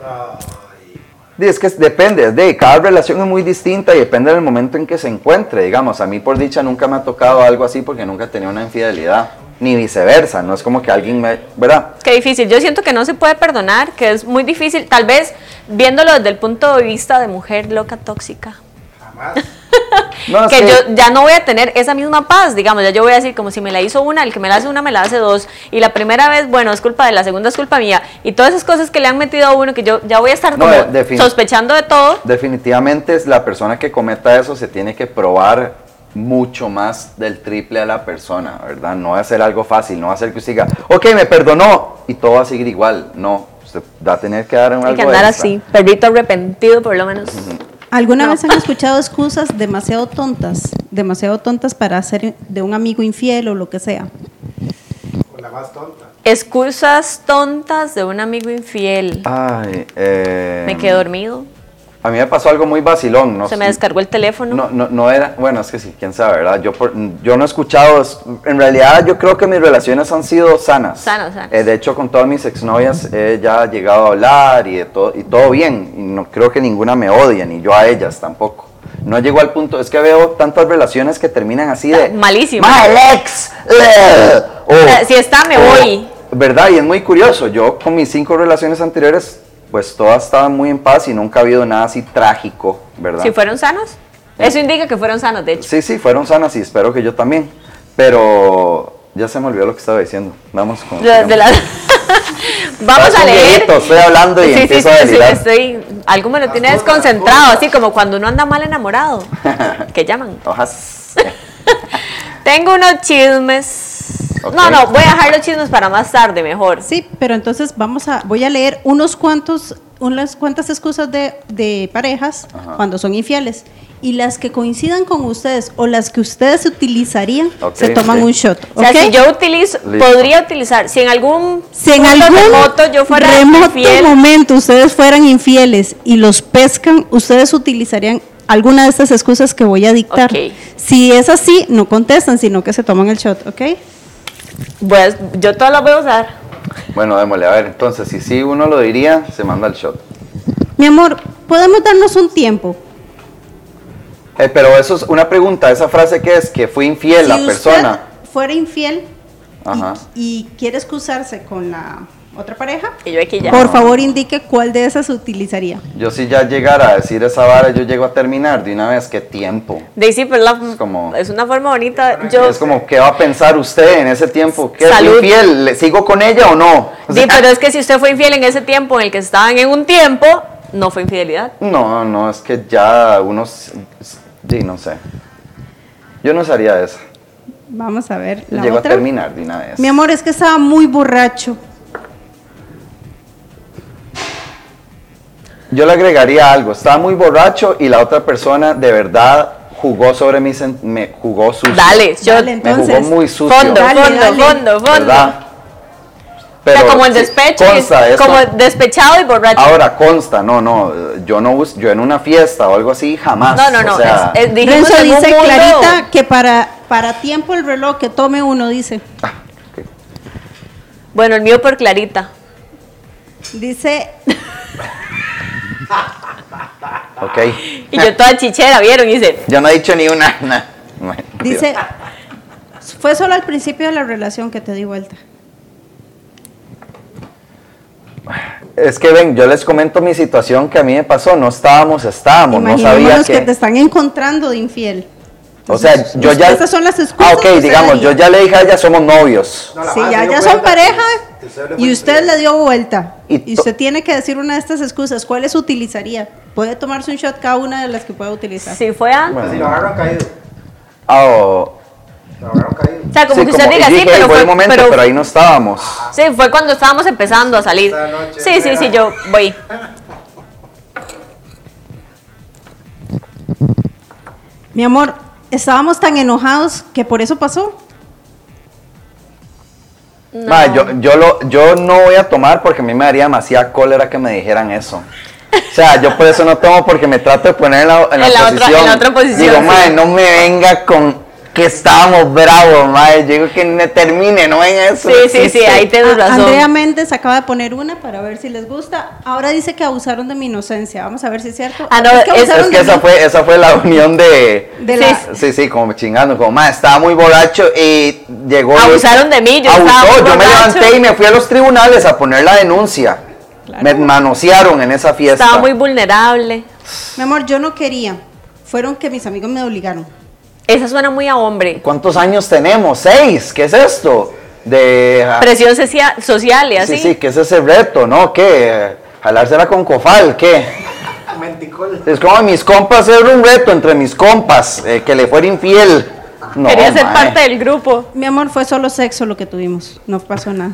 S3: Ay,
S2: Sí, Es que es- depende, de cada relación es muy distinta y depende del momento en que se encuentre, digamos. A mí por dicha nunca me ha tocado algo así porque nunca he tenido una infidelidad, ni viceversa, no es como que alguien me... ¿Verdad?
S1: Qué difícil. Yo siento que no se puede perdonar, que es muy difícil. Tal vez viéndolo desde el punto de vista de mujer loca tóxica.
S3: jamás.
S2: No, es
S1: que
S2: que-
S1: yo ya no voy a tener esa misma paz, digamos, ya yo voy a decir como si me la hizo una, el que me la hace una me la hace dos, y la primera vez, bueno, es culpa de la segunda, es culpa mía, y todas esas cosas que le han metido a uno, que yo ya voy a estar
S2: No,
S1: como
S2: de- defin-
S1: sospechando de todo,
S2: Definitivamente es la persona que cometa eso se tiene que probar mucho más del triple a la persona, ¿verdad? No va a ser algo fácil, no va a ser que usted diga, ok, me perdonó y todo va a seguir igual. No, usted va a tener que dar un
S1: hay
S2: algo
S1: que andar
S2: extra.
S1: así, perrito arrepentido por lo menos.
S4: ¿Alguna vez han escuchado excusas demasiado tontas, demasiado tontas para hacer de un amigo infiel o lo que sea?
S3: Con la más tonta.
S1: Excusas tontas de un amigo infiel,
S2: Ay, eh,
S1: me quedé dormido,
S2: A mí me pasó algo muy vacilón, ¿no?
S1: se me descargó el teléfono,
S2: No, no, no era, bueno, es que sí, quién sabe, ¿verdad? Yo, por- yo no he escuchado, es- en realidad yo creo que mis relaciones han sido sanas.
S1: Sanas, sanas.
S2: Eh, de hecho, con todas mis exnovias he ya llegado a hablar y, de todo, y todo bien, y no creo que ninguna me odie, ni yo a ellas tampoco. No llegó al punto, es que veo tantas relaciones que terminan así de...
S1: Ah, Malísimo.
S2: "Ma, el ex! le", o-
S1: Si está, me
S2: o-
S1: voy.
S2: ¿Verdad? Y es muy curioso. Yo con mis cinco relaciones anteriores, pues todas estaban muy en paz y nunca ha habido nada así trágico, ¿verdad?
S1: si fueron sanos, eso indica que fueron sanos, de hecho.
S2: Sí, sí, fueron sanas y espero que yo también. Pero ya se me olvidó lo que estaba diciendo. Vamos con.
S1: Los de las- Vamos a
S2: Soy
S1: leer.
S2: viejito, estoy hablando y
S1: sí, sí,
S2: empiezo
S1: sí,
S2: a
S1: sí,
S2: delirar.
S1: estoy, algo me lo
S3: Las
S1: tiene
S3: cosas, las
S1: desconcentrado,
S3: cosas.
S1: así como cuando uno anda mal enamorado. que llaman?
S2: Hojas.
S1: Tengo unos chismes.
S2: Ok.
S1: No, no, voy a dejar los chismes para más tarde, mejor.
S4: Sí, pero entonces vamos a, voy a leer unos cuantos, unas cuantas excusas de, de parejas
S2: Ajá.
S4: cuando son infieles. Y las que coincidan con ustedes o las que ustedes utilizarían,
S2: Ok,
S4: se toman
S2: ok.
S4: un shot.
S1: O sea,
S4: ¿ok?
S1: si yo utilizo,
S2: Listo.
S1: podría utilizar, si en algún
S4: Si en
S1: punto
S4: algún
S1: remoto yo fuera
S4: remoto
S1: fiel,
S4: momento ustedes fueran infieles y los pescan, ustedes utilizarían alguna de estas excusas que voy a dictar.
S1: Ok.
S4: Si es así, no contestan, sino que se toman el shot, ¿ok?
S1: pues yo todas las voy a usar.
S2: Bueno, démosle, a ver. Entonces, si sí uno lo diría, se manda el shot.
S4: Mi amor, podemos darnos un tiempo.
S2: Eh, pero eso es una pregunta. Esa frase que es que fui infiel la
S4: si
S2: persona.
S4: usted fuera infiel y-
S2: Ajá.
S4: y, quiere excusarse con la otra pareja,
S1: Y yo aquí ya.
S4: por favor indique cuál de esas utilizaría.
S2: Yo si ya llegara a decir esa vara, yo llego a terminar de una vez. ¿Qué tiempo?
S1: Daisy, pero la- es,
S2: Es como-
S1: una forma bonita. Yo,
S2: es como, ¿qué va a pensar usted en ese tiempo? ¿Qué fui
S1: Salud.
S2: infiel? ¿Le sigo con ella o no? O
S1: Sí,
S2: sea,
S1: pero es que si usted fue infiel en ese tiempo en el que estaban en un tiempo, no fue infidelidad.
S2: No, no, es que ya unos. Sí, no sé. Yo no usaría esa.
S4: Vamos a ver la
S2: Llego
S4: otra.
S2: a terminar de una vez.
S4: Mi amor, es que estaba muy borracho.
S2: Yo le agregaría algo. Estaba muy borracho y la otra persona de verdad jugó sobre mí, me jugó sucio.
S1: Dale, yo.
S4: Dale,
S2: Me jugó
S4: Entonces,
S2: muy sucio.
S1: Fondo,
S4: Dale,
S1: fondo,
S4: dale.
S1: fondo, fondo.
S2: ¿verdad?
S1: O
S2: Pero
S1: sea, como el
S2: sí,
S1: despecho,
S2: consta,
S1: es
S2: eso-
S1: como despechado y borracho.
S2: Ahora consta, no, no, yo no bus- yo en una fiesta o algo así jamás.
S1: no, no,
S2: o
S1: no.
S2: sea,
S1: es- es- dijimos
S4: Renzo
S1: en un
S4: dice
S1: mundo-
S4: Clarita que para, para tiempo el reloj que tome uno, dice.
S1: Bueno, el mío por Clarita.
S4: Dice,
S2: ok.
S1: Y yo toda chichera, ¿vieron? Y dice,
S2: Yo no he dicho ni una. na- Bueno,
S4: dice, fue solo al principio de la relación que te di vuelta.
S2: Es que ven, yo les comento mi situación que a mí me pasó. No estábamos, estábamos, no
S4: Imaginémonos
S2: sabía
S4: que... te están encontrando de infiel.
S2: O sea,
S4: Entonces,
S2: yo ya.
S4: Estas son las excusas.
S2: Ah,
S4: que
S2: ok,
S4: usted
S2: digamos,
S4: daría.
S2: yo ya le dije a ella, somos novios.
S3: No, la
S4: sí,
S3: madre
S4: ya,
S3: dio
S4: ya son
S3: cuenta
S4: pareja
S3: que usted le fue
S4: y usted
S3: infiel.
S4: le dio vuelta.
S2: Y
S4: Y,
S2: to-
S4: usted tiene que decir una de estas excusas. ¿Cuáles utilizaría? Puede tomarse un shot cada una de las que pueda utilizar.
S1: Si fue antes.
S2: Bueno.
S3: Así lo agarran caído.
S2: Ah, o-
S3: Lo agarran caído.
S1: O sea, Ah, como
S2: sí,
S1: que usted diga,
S2: y
S1: sí,
S2: dije,
S1: pero
S2: fue
S1: fue,
S2: el momento,
S1: pero-
S2: pero, ahí no estábamos.
S1: sí, fue cuando estábamos empezando a salir.
S3: Esa noche
S1: Sí, sí,
S3: era-
S1: sí, yo voy.
S4: Mi amor, estábamos tan enojados que por eso pasó.
S1: No.
S2: Ma, yo, yo, lo, yo no voy a tomar porque a mí me daría demasiada cólera que me dijeran eso. O sea, yo por eso no tomo porque me trato de poner en la, en la
S1: En la otra- en
S2: posición.
S1: la otra posición,
S2: Digo,
S1: sí.
S2: madre, no me venga con que estábamos bravos, madre. Yo digo que me termine, no venga eso.
S1: Sí,
S2: no
S1: sí, sí,
S2: existe.
S1: ahí tienes
S4: A-
S1: razón.
S4: Andrea Méndez acaba de poner una para ver si les gusta. Ahora dice que abusaron de mi inocencia. Vamos a ver si es cierto.
S1: Ah, no,
S4: Es que
S1: es-
S4: abusaron
S2: Es que
S4: de
S2: esa
S4: mí.
S2: fue, esa fue la unión de.
S4: De
S2: sí,
S4: la-
S2: sí, sí, como chingando, como, ma, estaba muy borracho y llegó.
S1: Abusaron de mí, yo
S2: Abusó,
S1: estaba muy
S2: yo me
S1: borracho.
S2: levanté y me fui a los tribunales a poner la denuncia.
S4: Claro.
S2: Me manosearon en esa fiesta.
S1: Estaba muy vulnerable.
S4: Mi amor, yo no quería. Fueron que mis amigos me obligaron.
S1: Esa suena muy a hombre.
S2: ¿Cuántos años tenemos? ¿Seis? ¿Qué es esto? De. ah,
S1: Presión socia- social y
S2: sí,
S1: así.
S2: sí, ¿qué es ese reto, no? ¿Qué? ¿Jalársela con cofal? ¿Qué?
S3: Menticol.
S2: Es como mis compas, era un reto entre mis compas, eh, que le fuera infiel. No,
S1: Quería ser
S2: mae.
S1: parte del grupo.
S4: Mi amor, fue solo sexo lo que tuvimos. No pasó nada.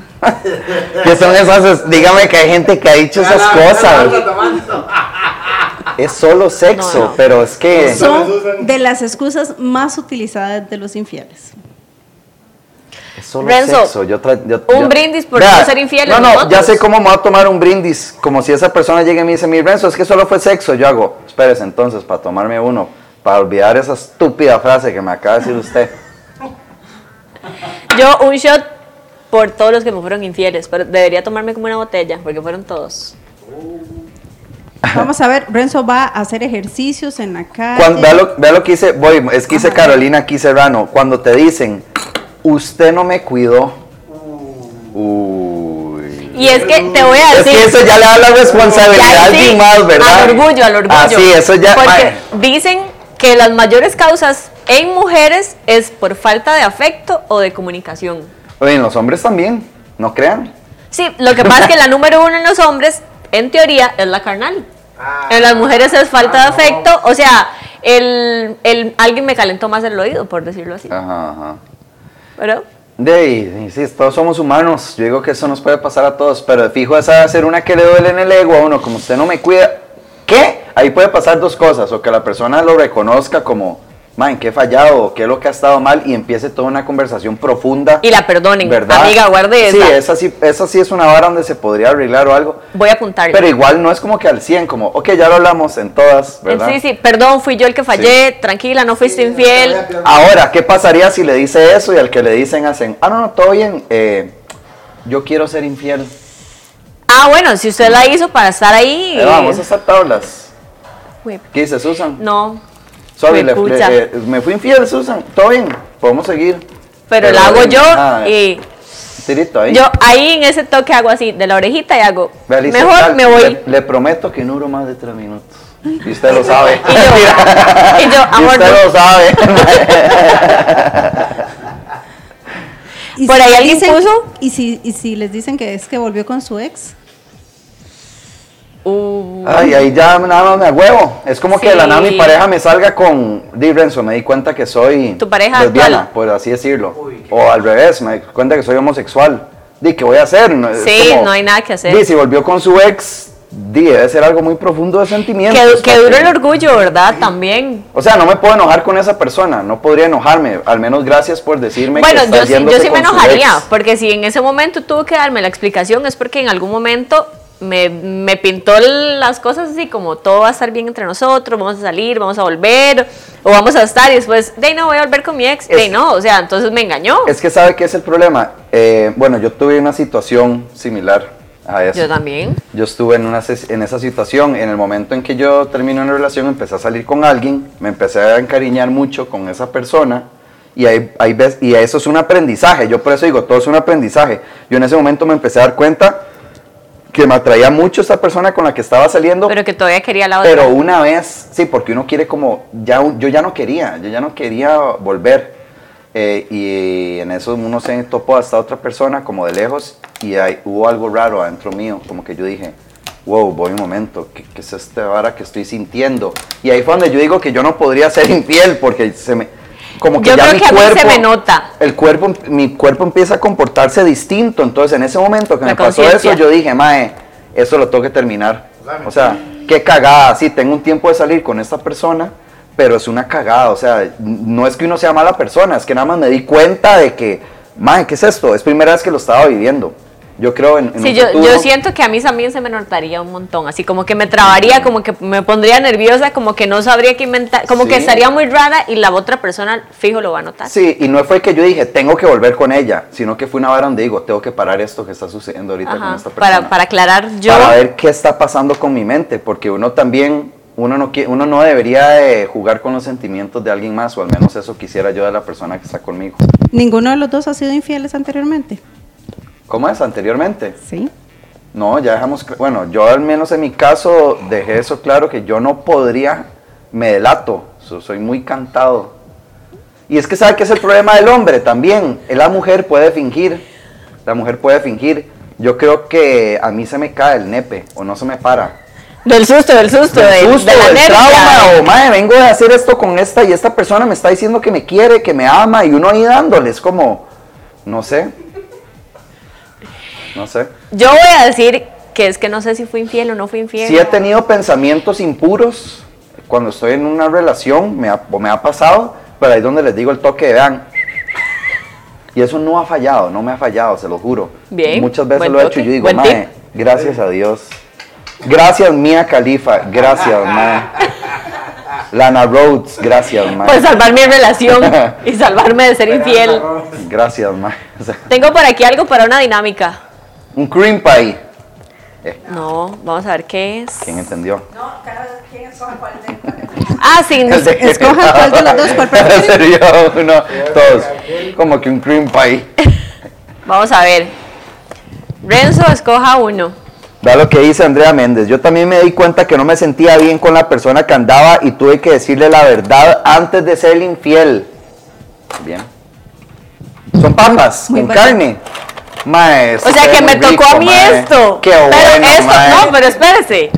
S2: ¿Qué son esas? Dígame que hay gente que ha dicho esas
S3: Ya la- ya la
S2: cosas.
S3: vamos a tomar.
S2: Es solo sexo,
S1: No, no.
S2: pero es que.
S3: Eso les
S4: Son
S3: usan.
S4: de las excusas más utilizadas de los infieles.
S2: Es solo
S1: Renzo,
S2: sexo. Yo tra- yo-
S1: un
S2: yo-
S1: brindis por no ser infieles
S2: No, no, ya
S1: nosotros.
S2: sé cómo me voy a tomar un brindis. Como si esa persona llega y me dice, mi Renzo, es que solo fue sexo. Yo hago, espérese entonces, para tomarme uno, para olvidar esa estúpida frase que me acaba de decir usted.
S1: Yo un shot por todos los que me fueron infieles, pero debería tomarme como una botella, porque fueron todos.
S4: Vamos a ver, Renzo va a hacer ejercicios en la
S1: Ah,
S4: calle.
S2: Cuando, vea, lo, vea lo que hice, voy, es que hice
S4: Ajá.
S2: Carolina aquí Serrano. Cuando te dicen, usted no me cuidó.
S3: Uh.
S2: Uy.
S1: Y es que te voy a
S2: Es
S1: decir.
S2: que eso ya le da la responsabilidad
S1: Ya, sí,
S2: a alguien más, ¿verdad?
S1: Al orgullo, al orgullo.
S2: Ah, sí, eso ya.
S1: Porque
S2: mae,
S1: dicen que las mayores causas en mujeres es por falta de afecto o de comunicación.
S2: oye, en los hombres también, no crean.
S1: Sí, lo que pasa es que la número uno en los hombres, en teoría, es la carnal.
S3: Ah.
S1: en las mujeres es falta
S3: Ah,
S1: de afecto, o sea, el, el- alguien me calentó más el oído, por decirlo así.
S2: Ajá, ajá.
S1: Pero
S2: De ahí, insisto, todos somos humanos. Yo digo que eso nos puede pasar a todos, pero de fijo esa de ser una que le duele en el ego a uno, como usted no me cuida. ¿Qué? Ahí puede pasar dos cosas, o que la persona lo reconozca como, man, qué he fallado, o qué es lo que ha estado mal, y empiece toda una conversación profunda.
S1: Y la perdonen.
S2: ¿verdverdad?
S1: Amiga, guarde
S2: Sí,
S1: esa.
S2: esa sí, esa sí es una vara donde se podría arreglar o algo.
S1: voy a apuntarle.
S2: Pero igual no es como que al 100, como, ok, ya lo hablamos en todas, ¿verdad?
S1: Eh, sí, sí, perdón, fui yo el que fallé, tranquila, no fuiste infiel.
S2: Ahora, ¿qué pasaría si le dice eso y al que le dicen hacen, ah, no, no, todo bien, eh, yo quiero ser infiel?
S1: Ah, bueno, si usted la hizo para estar ahí.
S2: Eh, vamos a estar tablas.
S1: Güey,
S2: ¿Qué dice Susan?
S1: No,
S2: Sorry, le-
S1: huepucha.
S2: le- eh, me fui infiel, Susan. Todo bien, podemos seguir.
S1: pero la hago
S2: eh,
S1: yo
S2: ah,
S1: y
S2: Tirito ahí.
S1: yo ahí en ese toque hago así, de la orejita y hago,
S2: Vea, dice,
S1: mejor
S2: tal,
S1: me voy.
S2: Le, le prometo que no duro más de tres minutos. Y usted lo sabe.
S1: Y yo, y yo,
S2: Y
S1: amor,
S2: usted lo sabe.
S4: Y
S1: Por ahí
S4: le
S1: alguien
S4: dicen-
S1: puso-
S4: Y si, y si les dicen que es que volvió con su ex.
S1: no. Uh,
S2: Ay, ahí ya nada más me agüevo. Es como que de la nada mi
S1: Sí.
S2: pareja me salga con Di Renzo, me di cuenta que soy
S1: Tu pareja
S2: lesbiana,
S1: actual.
S2: por así decirlo.
S3: Uy.
S2: O al revés, me di cuenta que soy homosexual. Di, ¿qué voy a hacer? No, es
S1: Sí, no hay nada que hacer.
S2: Di, si volvió con su ex, di, debe ser algo muy profundo de sentimientos.
S1: que, que
S2: porque-
S1: duro el orgullo, ¿verdad? También.
S2: O sea, no me puedo enojar con esa persona, no podría enojarme. Al menos gracias por decirme
S1: Bueno,
S2: que
S1: yo
S2: está
S1: sí, yo
S2: yéndose
S1: sí me
S2: con su
S1: enojaría,
S2: ex.
S1: porque si en ese momento tuvo que darme la explicación es porque en algún momento me, me pintó las cosas así como todo va a estar bien entre nosotros, vamos a salir, vamos a volver, o vamos a estar y después, de ahí no, voy a volver con mi ex, de ahí
S2: Es-
S1: no, o sea, entonces me engañó.
S2: Es que sabe qué es el problema. Eh, bueno, yo tuve una situación similar a eso.
S1: Yo también.
S2: Yo estuve en, una, ses- en esa situación, en el momento en que yo terminé una relación, empecé a salir con alguien, me empecé a encariñar mucho con esa persona y, ahí- ahí ves- y eso es un aprendizaje, yo por eso digo, todo es un aprendizaje. Yo en ese momento me empecé a dar cuenta que me atraía mucho esa persona con la que estaba saliendo,
S1: Pero que todavía quería la otra.
S2: pero una vez, sí, porque uno quiere como, ya, un- yo ya no quería, yo ya no quería volver. Eh, y en eso uno se topó a esta otra persona como de lejos y ahí hubo algo raro adentro mío, como que yo dije, wow, voy un momento, ¿qué, qué es esta vara que estoy sintiendo? Y ahí fue donde yo digo que yo no podría ser infiel porque se me... Como que
S1: Yo
S2: ya
S1: creo
S2: mi
S1: que a mí se
S2: cuerpo,
S1: me nota.
S2: El cuerpo, mi cuerpo empieza a comportarse distinto, entonces en ese momento que
S1: La
S2: me pasó eso,
S1: conciencia.
S2: yo dije, mae, eso lo tengo que terminar. O sea, qué cagada. Sí, tengo un tiempo de salir con esta persona, pero es una cagada. O sea, n- no es que uno sea mala persona, es que nada más me di cuenta de que, mae, ¿qué es esto? Es primera vez que lo estaba viviendo. Yo creo en, en
S1: Sí,
S2: un
S1: yo,
S2: futuro-
S1: yo siento que a mí también se me notaría un montón, así como que me trabaría, como que me pondría nerviosa, como que no sabría qué inventar, como que
S2: Sí.
S1: estaría muy rara y la otra persona fijo lo va a notar.
S2: Sí, y no fue que yo dije, tengo que volver con ella, sino que fue una vara donde digo, tengo que parar esto que está sucediendo ahorita con
S1: Ajá,
S2: esta persona.
S1: para, para aclarar yo,
S2: para ver qué está pasando con mi mente, porque uno también, uno no, qui- uno no debería de jugar con los sentimientos de alguien más, o al menos eso quisiera yo de la persona que está conmigo.
S4: ¿Ninguno de los dos ha sido infieles anteriormente?
S2: ¿Cómo es? Anteriormente.
S4: Sí.
S2: No, ya dejamos, cl- bueno, yo al menos en mi caso dejé eso claro, que yo no podría, me delato, so- soy muy cantado. Y es que sabe que es el problema del hombre también, Eh, la mujer puede fingir, la mujer puede fingir. Yo creo que a mí se me cae el nepe, o no se me para.
S1: del susto, del susto,
S2: del
S1: de,
S2: susto,
S1: de la
S2: del
S1: nervia.
S2: trauma, o madre, vengo de hacer esto con esta y esta persona me está diciendo que me quiere, que me ama y uno ahí dándole, es como, no sé, no sé.
S1: Yo voy a decir que es que no sé si fui infiel o no fui infiel.
S2: Si he tenido pensamientos impuros cuando estoy en una relación, me ha, o me ha pasado, pero ahí es donde les digo el toque de vean. Y eso no ha fallado, no me ha fallado, se lo juro.
S1: Bien,
S2: Muchas veces
S1: buen
S2: lo he hecho
S1: toque,
S2: y yo digo,
S1: buen
S2: mae,
S1: tip".
S2: gracias a Dios. Gracias, Mía Califa, gracias, mae. Lana Rhodes, gracias,
S1: Por
S2: mae.
S1: Pues salvar mi relación y salvarme de ser infiel.
S2: Gracias, mae. O sea,
S1: Tengo por aquí algo para una dinámica.
S2: un cream pie. Eh,
S1: No, vamos a ver qué es.
S2: ¿Quién entendió?
S1: Ah, sin,
S2: El de-
S4: Escoja cuál de los dos, cuál prefiere.
S2: Sería uno, todos. Como que un cream pie.
S1: Vamos a ver. Renzo, escoja uno.
S2: Vea lo que dice Andrea Méndez. Yo también me di cuenta que no me sentía bien con la persona que andaba y tuve que decirle la verdad antes de ser infiel. Bien. Son papas
S4: Muy
S2: con
S4: bueno.
S2: carne. Mae,
S1: O sea que
S2: muy
S1: me tocó
S2: rico,
S1: a mí
S2: mae.
S1: esto.
S2: Qué
S1: pero
S2: bueno,
S1: esto,
S2: mae.
S1: no, pero espérese.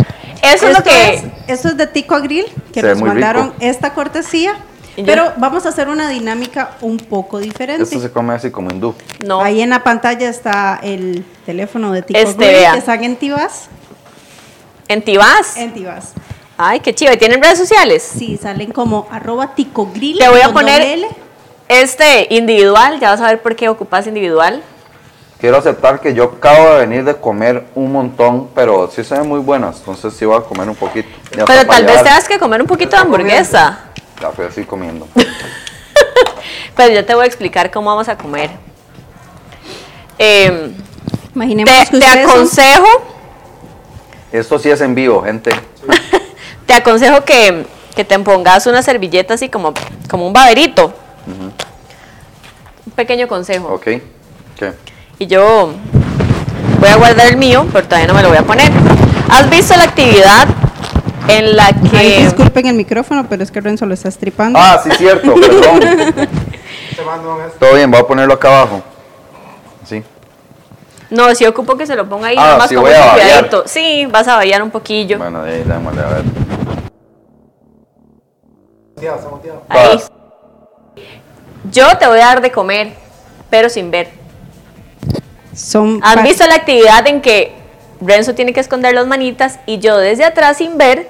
S1: Eso es lo
S4: Esto
S1: que.
S4: es- esto es de Tico Agril, que
S2: Se ve
S4: nos
S2: muy
S4: mandaron
S2: rico.
S4: esta cortesía.
S1: Y yo-
S4: Pero vamos a hacer una dinámica un poco diferente.
S2: Esto se come así como hindú.
S1: No.
S4: Ahí en la pantalla está el teléfono de Tico
S1: Este,
S4: Agril,
S1: vea.
S4: que están en Tibas.
S1: ¿En Tibás?
S4: En Tibas.
S1: Ay, qué chido. ¿Y ¿Tienen redes sociales?
S4: Sí, salen como arroba Tico Grill.
S1: Te voy a
S4: con
S1: poner
S4: doble L.
S1: este individual. Ya vas a ver por qué ocupas individual.
S2: Quiero aceptar que yo acabo de venir de comer un montón, pero sí se ven muy buenas, entonces sí voy a comer un poquito. Ya
S1: Pero
S2: está para
S1: tal vez
S2: llevar.
S1: tengas que comer un poquito de hamburguesa.
S2: Ya fui así comiendo.
S1: Pero yo te voy a explicar cómo vamos a comer. Em,
S4: Imaginemos
S1: te,
S4: que
S1: te
S4: ustedes son-
S1: aconsejo,
S2: Esto sí es en vivo, gente.
S1: te aconsejo que, que te pongas una servilleta así como, como un baderito. Un pequeño consejo.
S2: ¿Ok? ¿Qué?
S1: Y yo voy a guardar el mío, pero todavía no me lo voy a poner. ¿Has visto la actividad en la
S4: Ay,
S1: que...
S4: disculpen el micrófono, pero es que Renzo lo está estripando.
S2: Ah, sí, cierto, perdón.
S3: Te mando un
S2: Todo bien, voy a ponerlo acá abajo. Sí.
S1: No, sí ocupo que se lo ponga ahí,
S2: Ah,
S1: nada más
S2: sí,
S1: como
S2: voy a
S1: un
S2: babear.
S1: cuidadito. Sí, vas a bailar un poquillo.
S2: Bueno, de ahí démosle a ver.
S3: esteado, está muteado.
S1: ahí.
S2: vas.
S1: Yo te voy a dar de comer, pero sin ver.
S4: Son
S1: ¿Han
S4: par-
S1: visto la actividad en que Renzo tiene que esconder las manitas y yo desde atrás sin ver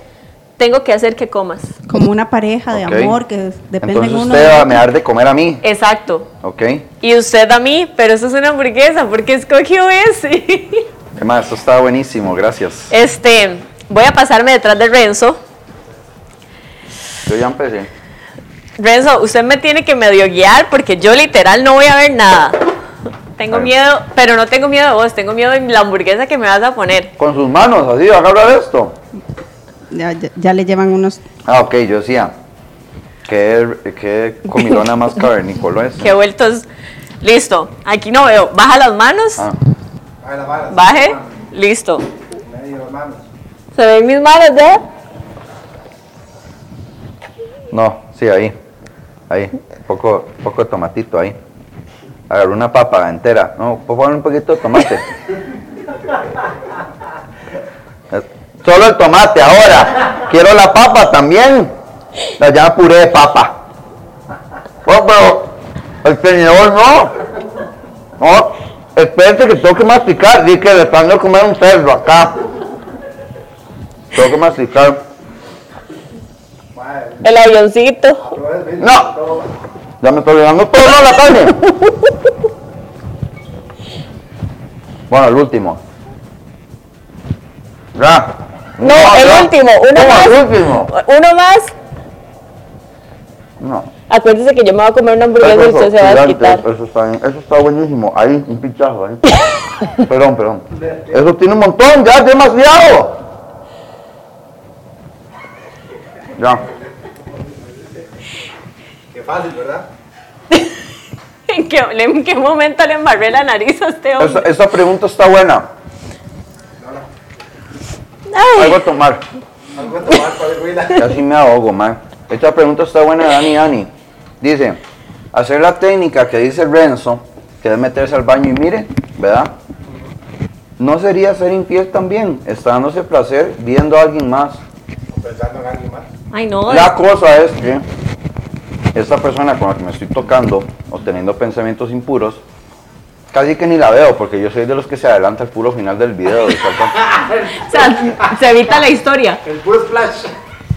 S1: tengo que hacer que comas?
S4: como una pareja Ah, de
S2: Ok.
S4: amor que depende
S2: Entonces
S4: uno
S2: usted
S4: del
S2: va a
S4: otro.
S2: me dar de comer a mí.
S1: Exacto.
S2: ¿Ok? ¿Qué
S1: Y usted a mí, pero eso es una hamburguesa, porque escogió ese.
S2: más? Esto está buenísimo, gracias.
S1: Este, voy a pasarme detrás de Renzo.
S2: Yo ya empecé.
S1: Renzo, usted me tiene que medio guiar porque yo literal no voy a ver nada. Tengo
S2: Está bien.
S1: miedo, pero no tengo miedo de vos, tengo miedo de la hamburguesa que me vas a poner.
S2: Con sus manos, así, agarra esto.
S4: Ya, ya- ya le llevan unos.
S2: Ah, ok, yo decía. ¿Qué, qué comilona más cavernícola es?
S1: Qué vueltos. Listo, aquí no veo. Baja las manos,
S2: Ah,
S3: A ver, la bala.
S1: baje, listo. Se ven mis manos, ¿eh?
S2: No, sí, ahí. Ahí. Poco, poco de tomatito ahí. Agarré una papa entera. No, puedo poner un poquito de tomate. Eh, Solo el tomate ahora. Quiero la papa también. La ya puré de papa. Oh, pero el tenedor no. No, espérate que tengo que masticar. Dije que le están de comer un cerdo acá. Tengo que masticar.
S3: Madre,
S1: El avioncito.
S3: pero es bien,
S2: No.
S3: todo.
S2: Ya me estoy llegando todo la carne. bueno, el último. Ya.
S1: No, el
S2: ya.
S1: último, uno
S2: ¿Cómo
S1: más?
S2: el último?
S1: Uno más.
S2: No.
S1: Acuérdese que yo me voy a comer una hamburguesa y
S2: Eso,
S1: usted se va a
S2: gigante,
S1: quitar.
S2: Eso está, bien, eso está buenísimo. Ahí, un pinchazo. Ahí. perdón, perdón. Eso tiene un montón, ya, demasiado. Ya.
S3: Qué fácil, ¿verdad?
S1: ¿En qué, en qué momento le embarré la nariz a este hombre?
S2: Esa, esa pregunta está buena.
S1: Ay,
S2: Algo a tomar.
S3: Algo de tomar para el huila.
S2: Casi me ahogo, man. Esta pregunta está buena de Dani Dani. Dice, hacer la técnica que dice Renzo, que es meterse al baño y mire, ¿verdad? ¿No sería ser infiel también? Está dándose placer viendo a alguien más.
S3: Pensando en alguien más.
S1: Ay, no.
S2: La cosa es que esta persona con la que me estoy tocando o teniendo pensamientos impuros, casi que ni la veo porque yo soy de los que se adelanta al puro final del video. y salta-
S1: O sea, se evita la historia.
S3: El puro splash.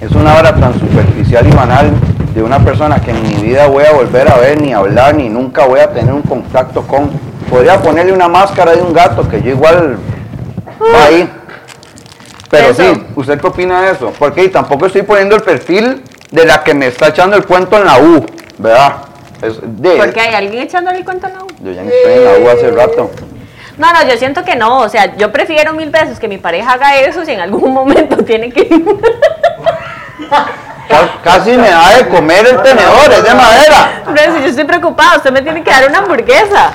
S2: Es una obra tan superficial y banal de una persona que en mi vida voy a volver a ver, ni hablar, ni nunca voy a tener un contacto con. Podría ponerle una máscara de un gato, que yo igual va ahí. Pero
S1: Eso.
S2: sí, ¿usted qué opina de eso? Porque y tampoco estoy poniendo el perfil de la que me está echando el cuento en la U, ¿verdad? Es de,
S1: Porque hay alguien echándole el cuento a la U.
S2: Yo ya no estoy en la U hace rato.
S1: No, no, yo siento que no. O sea, yo prefiero mil veces que mi pareja haga eso si en algún momento tiene que
S2: Ca- Casi me da de comer el tenedor, es de madera.
S1: Renzo, yo estoy preocupada. Usted me tiene que dar una hamburguesa.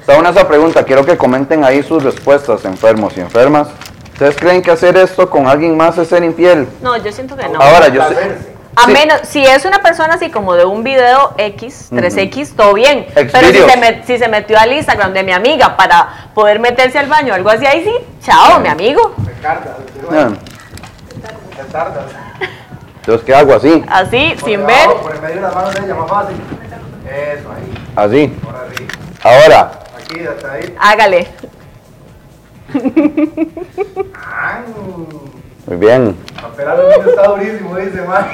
S2: Está una esa pregunta, quiero que comenten ahí sus respuestas, enfermos y enfermas. ¿Ustedes creen que hacer esto con alguien más es ser infiel?
S1: No, yo siento que no.
S2: Ahora Ah, yo sé.
S3: Placerse.
S1: A
S2: Sí.
S1: menos, si es una persona así como de un video X, 3X, todo bien. Pero si
S2: Xvideos.
S1: se, met- si se metió al Instagram de mi amiga para poder meterse al baño o algo así, ahí sí, chao, mi amigo.
S3: Se carga. Se
S2: Ah,
S3: se tarda.
S2: Entonces, ¿qué hago así?
S1: Así,
S3: Por
S1: sin ver.
S3: debajo, Por el medio de las manos de ella, más fácil. Eso, ahí.
S2: Así.
S3: Por arriba.
S2: Ahora,
S3: Aquí, hasta ahí.
S1: Hágale.
S3: ¡Ah!
S2: muy bien,
S3: Papel aluminio está durísimo, dice, man.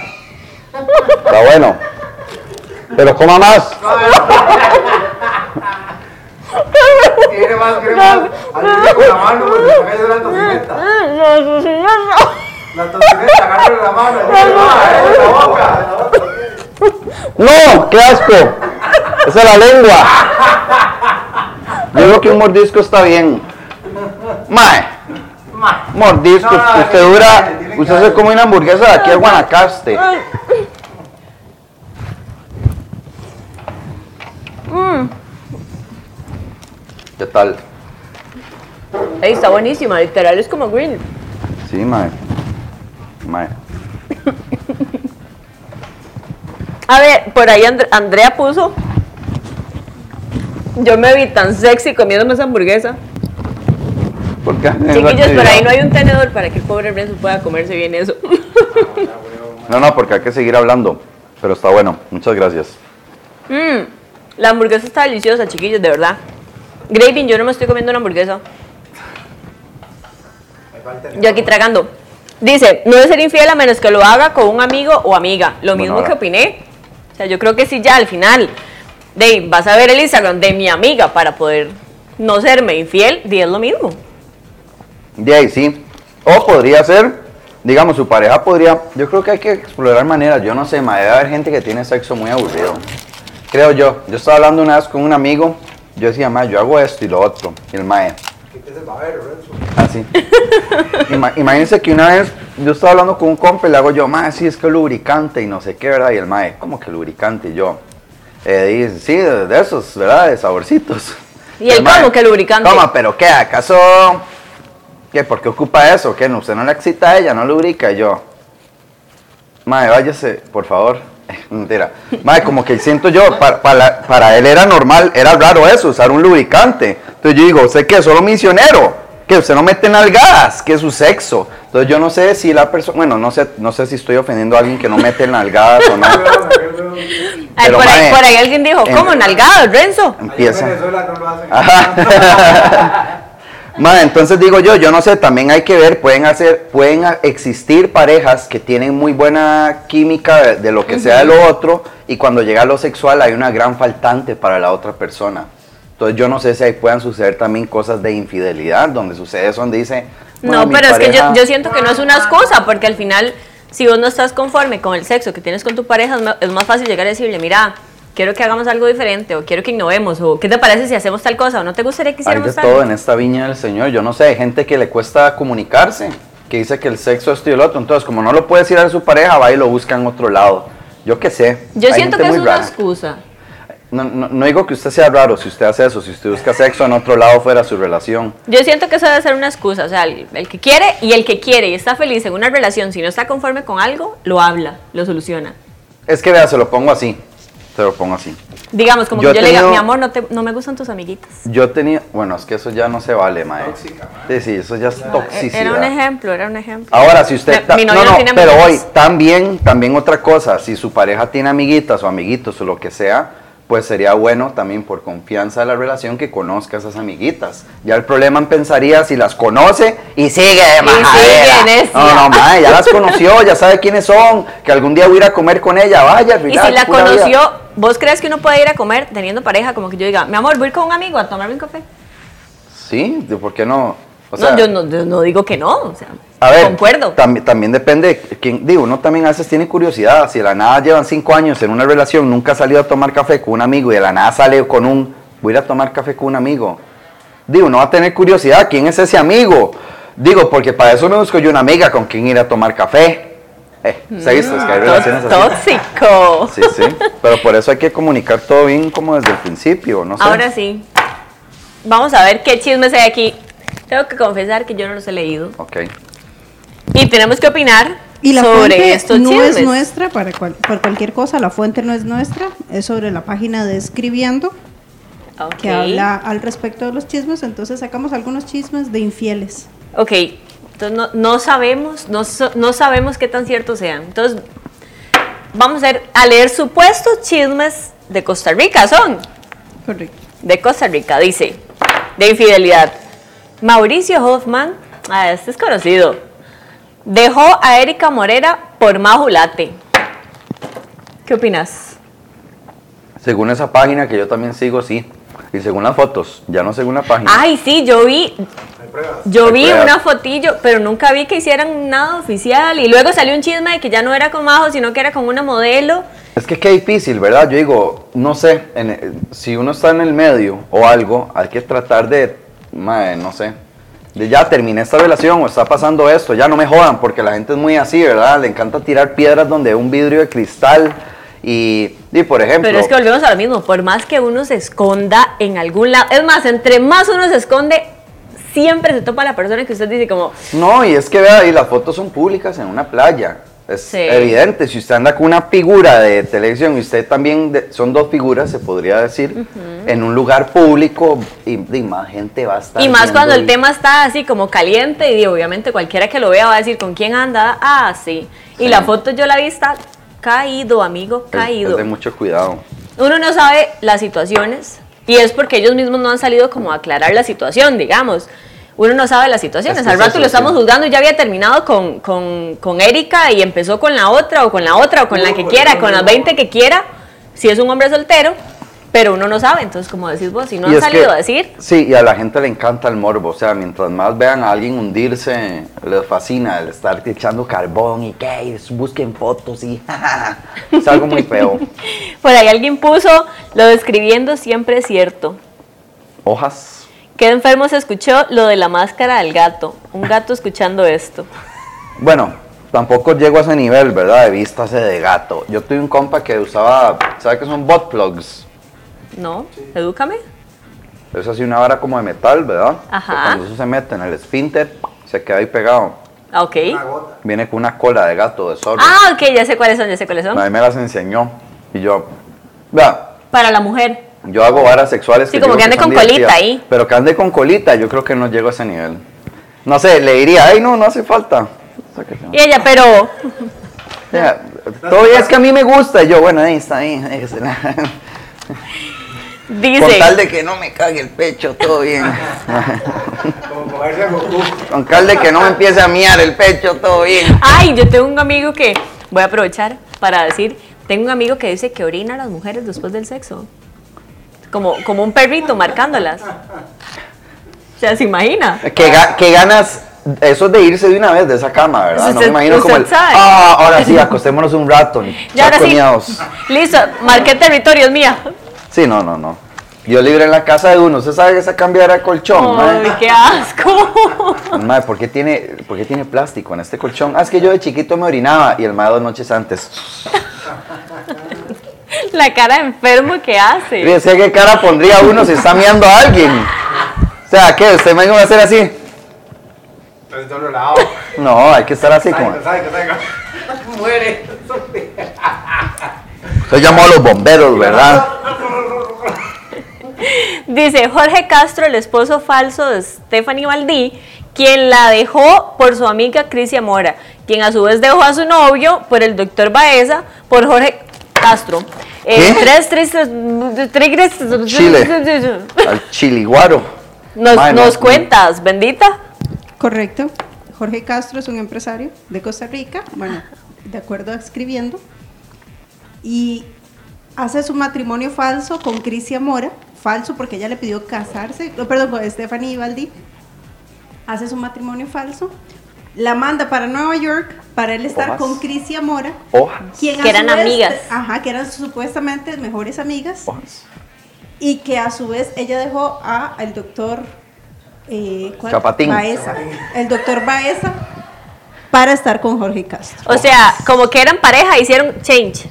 S2: está bueno. Pero coma más.
S3: Quiere más, quiere más. Aluminio con la mano, porque se me cayó la tocineta.
S1: Ah,
S3: La tocineta, agárrale la mano. dice, "Ma, eh, la boca, la boca".
S2: ¡No! ¡Qué asco! ¡Esa es la lengua! Yo creo que un mordisco está bien. Mae,
S3: Ma.
S2: mordisco,
S3: No, no,
S2: usted
S3: no,
S2: dura,
S3: tiene que
S2: usted se
S3: haber.
S2: come una hamburguesa de aquí a Guanacaste.
S1: Mm.
S2: ¿Qué tal?
S1: Ey, está buenísima, literal es como green.
S2: Sí, mae. Mae.
S1: A ver, por ahí And- Andrea puso. Yo me vi tan sexy comiéndome esa hamburguesa.
S2: ¿Por qué?
S1: Chiquillos, por ahí no hay un tenedor para que el pobre Renzo pueda comerse bien eso.
S2: No, no, porque hay que seguir hablando. Pero está bueno. Muchas gracias.
S1: Mm, la hamburguesa está deliciosa, chiquillos, de verdad. Graving, yo no me estoy comiendo una hamburguesa.
S3: Me falta el-
S1: Yo aquí tragando. Dice, no debe ser infiel a menos que lo haga con un amigo o amiga. Lo
S2: Bueno,
S1: mismo
S2: ahora.
S1: que opiné. O sea, yo creo que sí ya al final, de ahí, vas a ver el Instagram de mi amiga para poder no serme infiel, y es lo mismo.
S2: De ahí sí. O podría ser, digamos, su pareja podría. Yo creo que hay que explorar maneras. Yo no sé, mae, debe haber gente que tiene sexo muy aburrido. Creo yo. Yo estaba hablando una vez con un amigo. Yo decía, mae, yo hago esto y lo otro. Y el mae,
S3: Quítese el babero, Renzo.
S2: así. Ah, Ima- imagínense que una vez yo estaba hablando con un compa y le hago yo, mae, sí, es que lubricante y no sé qué, ¿verdad? Y el mae, ¿cómo que lubricante? Y yo, eh, dice, sí, de de esos, ¿verdad? De saborcitos.
S1: ¿Y el
S2: mae,
S1: cómo que lubricante?
S2: ¿Cómo? ¿Pero qué? ¿Acaso ¿Qué? ¿Por qué ocupa eso? ¿Qué? No, usted no la excita a ella, no lubrica. Y yo, mae, váyase, por favor. Eh, Mentira. Mae, como que siento yo, para, para, para él era normal, era raro eso, usar un lubricante. Entonces yo digo, ¿usted qué? ¿Solo misionero? ¿Qué? ¿Usted no mete nalgadas? ¿Qué es su sexo? Entonces yo no sé si la persona, bueno, no sé, no sé si estoy ofendiendo a alguien que no mete nalgadas o no.
S1: Ay,
S2: Pero,
S1: por, ahí,
S2: mae,
S1: por ahí alguien dijo,
S2: en-
S1: ¿cómo? ¿Nalgado, Renzo?
S2: Empieza.
S3: Allá en Venezuela no lo hacen.
S2: Ma, entonces digo yo, yo no sé, también hay que ver, pueden hacer, pueden a- existir parejas que tienen muy buena química de, de lo que sea de lo otro y cuando llega lo sexual hay una gran faltante para la otra persona. Entonces yo no sé si ahí puedan suceder también cosas de infidelidad, donde sucede eso, donde dice...
S1: No,
S2: "Bueno, mi
S1: pero es que yo,
S2: pareja-
S1: yo siento que no es una excusa, porque al final, si vos no estás conforme con el sexo que tienes con tu pareja, es ma- es más fácil llegar a decirle, mira, quiero que hagamos algo diferente, o quiero que innovemos, o ¿qué te parece si hacemos tal cosa? ¿O no te gustaría que
S2: Hay de
S1: hiciéramos tal?
S2: todo en esta viña del Señor. Yo no sé, hay gente que le cuesta comunicarse, que dice que el sexo es esto y el otro. Entonces, como no lo puede decir a su pareja, va y lo busca en otro lado. Yo qué sé.
S1: Yo
S2: hay
S1: siento
S2: gente
S1: que es
S2: muy
S1: una
S2: rara.
S1: excusa.
S2: No, no- no digo que usted sea raro si usted hace eso, si usted busca sexo en otro lado fuera de su relación.
S1: Yo siento que eso debe ser una excusa, o sea, el, el que quiere y el que quiere y está feliz en una relación, si no está conforme con algo, lo habla, lo soluciona.
S2: Es que vea, se lo pongo así. Se lo pongo así.
S1: Digamos, como
S2: Yo
S1: que
S2: he
S1: yo le diga,
S2: tenido-
S1: mi amor, no, te- no me gustan tus amiguitas.
S2: Yo tenía. Bueno, es que eso ya no se vale, mae.
S3: Tóxica,
S2: Sí, sí, eso ya es toxicidad.
S1: Era un ejemplo, era un ejemplo.
S2: Ahora, si usted.
S1: Mi-
S2: ta-
S1: mi novio
S2: no,
S1: no
S2: no,
S1: tiene
S2: pero hoy,
S1: amigas.
S2: también, también otra cosa. Si su pareja tiene amiguitas o amiguitos o lo que sea, pues sería bueno también por confianza de la relación que conozca a esas amiguitas. Ya el problema pensaría si las conoce y sigue de
S1: Y
S2: majadera.
S1: sigue necia.
S2: No, no, mae, ya las conoció, ya sabe quiénes son, que algún día voy a ir a comer con ella, vaya,
S1: Y si la conoció, ¿vos crees que uno puede ir a comer teniendo pareja? Como que yo diga, mi amor, voy a ir con un amigo a tomarme un café.
S2: Sí, de- ¿por qué no? O sea,
S1: no, yo no, yo no digo que no, o sea,
S2: A ver,
S1: concuerdo.
S2: tam- también depende, de quién, digo, uno también a veces tiene curiosidad, si de la nada llevan cinco años en una relación, nunca ha salido a tomar café con un amigo y de la nada sale con un, voy a ir a tomar café con un amigo. Digo, uno va a tener curiosidad, ¿quién es ese amigo? Digo, porque para eso me busco yo una amiga con quien ir a tomar café. Eh, ¿Se ha visto? Es que hay
S1: Tó-
S2: relaciones así.
S1: Tóxico.
S2: Sí, sí, pero por eso hay que comunicar todo bien como desde el principio, no sé.
S1: Ahora sí. Vamos a ver qué chismes hay aquí. Tengo que confesar que yo no los he leído.
S2: Ok.
S1: Y tenemos que opinar
S4: Y la
S1: sobre
S4: fuente
S1: estos
S4: no
S1: chismes.
S4: es nuestra, para cual- por cualquier cosa, la fuente no es nuestra, es sobre la página de Escribiendo,
S1: Ok.
S4: que habla al respecto de los chismes, entonces sacamos algunos chismes de infieles.
S1: Ok, entonces no, no sabemos, no, so- no sabemos qué tan ciertos sean. Entonces, vamos a, ver- a leer supuestos chismes de Costa Rica, son
S4: Correcto.
S1: de Costa Rica, dice, de infidelidad. Mauricio Hoffman, ah, este es conocido, dejó a Erika Morera por Majulate. ¿Qué opinas?
S2: Según esa página que yo también sigo, sí. Y según las fotos, ya no según la página.
S1: Ay, sí, yo vi,
S3: Hay pruebas.
S1: yo vi
S2: Real.
S1: una fotillo, pero nunca vi que hicieran nada oficial. Y luego salió un chisme de que ya no era con Majo, sino que era con una modelo.
S2: Es que qué difícil, ¿verdad? Yo digo, no sé, en- eh, si uno está en el medio o algo, hay que tratar de, mae, no sé, de ya terminé esta relación o está pasando esto, ya no me jodan, porque la gente es muy así, ¿verdad? Le encanta tirar piedras donde hay un vidrio de cristal y, y por ejemplo...
S1: Pero es que volvemos a lo mismo, por más que uno se esconda en algún lado, es más, entre más uno se esconde, siempre se topa la persona que usted dice como,
S2: No, y es que vea, y las fotos son públicas en una playa. Es
S1: Sí.
S2: evidente, si usted anda con una figura de televisión y usted también, de- son dos figuras, se podría decir, en un lugar público y, y más gente va a estar.
S1: y más
S2: viendo
S1: cuando el
S2: y-
S1: tema está así como caliente y obviamente cualquiera que lo vea va a decir, ¿con quién anda? Ah, sí. Y
S2: Sí.
S1: la foto yo la vi está caído, amigo,
S2: es-
S1: caído.
S2: Es de Pues, mucho cuidado.
S1: uno no sabe las situaciones y es porque ellos mismos no han salido como a aclarar la situación, digamos. Uno no sabe las situaciones.
S2: Es que
S1: Al
S2: es
S1: rato
S2: eso,
S1: lo estamos
S2: sí.
S1: juzgando y ya había terminado con, con- con Erika y empezó con la otra o con la otra o con la que
S3: No,
S1: quiera,
S3: no,
S1: con las
S3: no.
S1: 20 que quiera, si es un hombre soltero, pero uno no sabe. Entonces, como decís vos, si no
S2: Y
S1: han
S2: es que-
S1: salido a decir,
S2: Sí, y a la gente le encanta el morbo. O sea, mientras más vean a alguien hundirse, les fascina el estar echando carbón y que y busquen fotos y. es algo muy feo.
S1: por ahí alguien puso, lo describiendo siempre es cierto.
S2: Hojas.
S1: Qué enfermo se escuchó lo de la máscara del gato. Un gato escuchando esto.
S2: Bueno, tampoco llego a ese nivel, ¿verdad? De vístase de gato. Yo tuve un compa que usaba, ¿sabes qué son butt plugs?
S1: ¿No? Edúcame.
S2: Es así una vara como de metal, ¿verdad?
S1: Ajá.
S2: Que cuando eso se mete en el esfínter, se queda ahí pegado.
S1: Ah, ok.
S3: Una gota.
S2: Viene con una cola de gato de zorro.
S1: Ah, ok, ya sé cuáles son, ya sé cuáles son.
S2: A mí me las enseñó. Y yo, vea,
S1: Para la mujer.
S2: yo hago varas sexuales.
S1: Sí, como
S2: digo
S1: que ande
S2: son
S1: con colita
S2: divertidas,
S1: ahí.
S2: Pero que ande con colita, yo creo que no llego a ese nivel. No sé, le diría, ay, no, no hace falta. O sea, que no.
S1: Y ella, pero.
S2: Ya, Todavía es que a mí me gusta. Y yo, bueno, ahí está, ahí. déjesela. Con
S1: Dice.
S2: tal de que no me cague el pecho, todo bien.
S3: Como cogerse a Goku.
S2: Con tal de que no me empiece a miar el pecho, todo bien.
S1: Ay, yo tengo un amigo que. Voy a aprovechar para decir. Tengo un amigo que dice que orina a las mujeres después del sexo. Como, como un perrito marcándolas. O sea, ¿se imagina?
S2: ¿Qué, ga- qué ganas? Eso es de irse de una vez de esa cama, ¿verdad? No me
S1: Usted-
S2: imagino como el.
S1: usted sabe.
S2: Ah, ahora sí, acostémonos un rato.
S1: Ya ahora sí.
S2: chaconeados".
S1: Listo, marqué territorio, es mía.
S2: Sí, no, no, no. Yo libre en la casa de uno. Usted sabe que esa cambiar a colchón,
S1: Ay,
S2: mae.
S1: qué asco.
S2: Mae, ¿por qué, tiene, ¿por qué tiene plástico en este colchón? Ah, es que yo de chiquito me orinaba y el mae dos noches antes.
S1: La cara de enfermo que hace.
S2: Fíjese qué cara pondría uno si está mirando a alguien. O sea, ¿qué? ¿Usted me va a hacer así?
S3: Pero es doble lado.
S2: No, hay que estar así como.
S3: Sádico, sádico, sádico. Muere.
S2: Yo llamó a los bomberos, ¿verdad?
S1: Dice Jorge Castro, el esposo falso de Stephanie Valdí, quien la dejó por su amiga Crisia Mora, quien a su vez dejó a su novio por el doctor Baeza, por Jorge Castro. Eh,
S2: ¿Qué?
S1: tres tristes. Tres,
S2: Chile. Al chiliguaro.
S1: Nos,
S2: Mae, no-
S1: nos cuentas, bendita.
S4: Correcto. Jorge Castro es un empresario de Costa Rica, bueno, de acuerdo a escribiendo, y hace su matrimonio falso con Crisia Mora, falso porque ella le pidió casarse, no, perdón, con Stephanie Ibaldi, hace su matrimonio falso, la manda para Nueva York para él estar
S2: Ojas.
S4: con Crisia Mora,
S2: Hojas.
S4: quien a
S1: Que
S4: su
S1: eran
S4: vez-
S1: amigas.
S4: Ajá, que eran supuestamente mejores amigas
S2: Hojas.
S4: y que a su vez ella dejó a al doctor eh, ¿cuál?
S2: Chapatín.
S4: Baeza, el doctor Baeza para estar con Jorge Castro.
S1: O sea, como que eran pareja, hicieron change.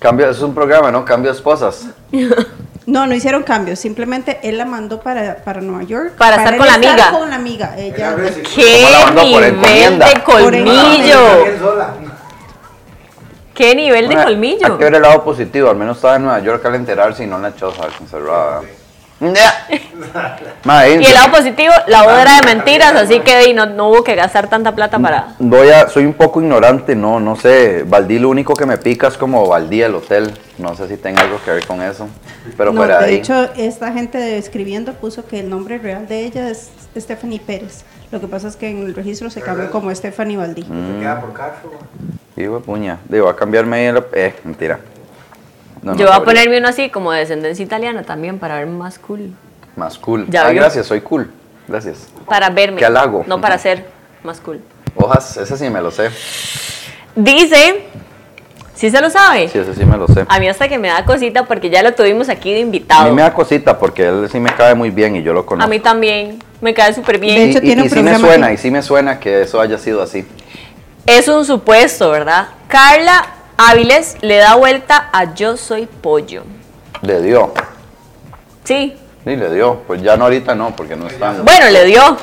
S2: Cambio, es un programa, ¿no? Cambio de esposas.
S4: No, no hicieron cambios, simplemente él la mandó para, para Nueva York
S1: Para estar
S4: él
S1: con la amiga.
S4: con la amiga. Ella,
S3: Era Resi.
S1: ¡Qué
S2: la mandó? Por
S1: nivel
S2: encomienda.
S1: de colmillo!
S3: También sola.
S1: ¡Qué nivel de
S2: Bueno,
S1: colmillo!
S2: Hay que ver el lado positivo. Al menos estaba en Nueva York al enterarse y no en la choza encerrada. Ya. Mae,
S1: Y el lado positivo, la boda era de mentiras, así que di, no, no hubo que gastar tanta
S2: Mm.
S1: plata para...
S2: Voy a, soy un poco ignorante, no, no sé. Valdí lo único que me pica es como Valdí el hotel. No sé si tenga algo que ver con eso. Pero
S4: no,
S2: fuera
S4: de
S2: de ahí.
S4: hecho, esta gente de escribiendo puso que el nombre real de ella es Stephanie Pérez. Lo que pasa es que en el registro se cambió como Stephanie Valdí.
S2: Mm.
S3: Se queda por Castro. güey.
S2: Digo, puña. Digo, a cambiarme ahí el- Eh, mentira. No, no
S1: Yo voy a
S2: sabría.
S1: ponerme uno así, como de descendencia italiana también, para ver más cool.
S2: Más cool.
S1: Ya
S2: ah,
S1: vio.
S2: gracias, soy cool. Gracias.
S1: Para verme.
S2: Qué halago.
S1: No para ser más cool.
S2: Hojas, ese sí me lo sé.
S1: Dice, ¿sí se lo sabe?
S2: Sí, ese sí me lo sé.
S1: A mí hasta que me da cosita porque ya lo tuvimos aquí de
S2: A
S1: invitado.
S2: mí me da cosita porque él sí me cae muy bien y yo lo conozco.
S1: A mí también, me cae súper bien.
S4: De hecho,
S2: y,
S4: tiene
S2: y
S4: un
S2: sí me
S4: programa
S2: suena,
S4: que-
S2: y sí me suena que eso haya sido así.
S1: Es un supuesto, ¿verdad? Carla Áviles le da vuelta a Yo Soy Pollo.
S2: Le dio.
S1: Sí,
S2: Sí, le dio. Pues ya no ahorita no, porque no están.
S1: bueno, le dio.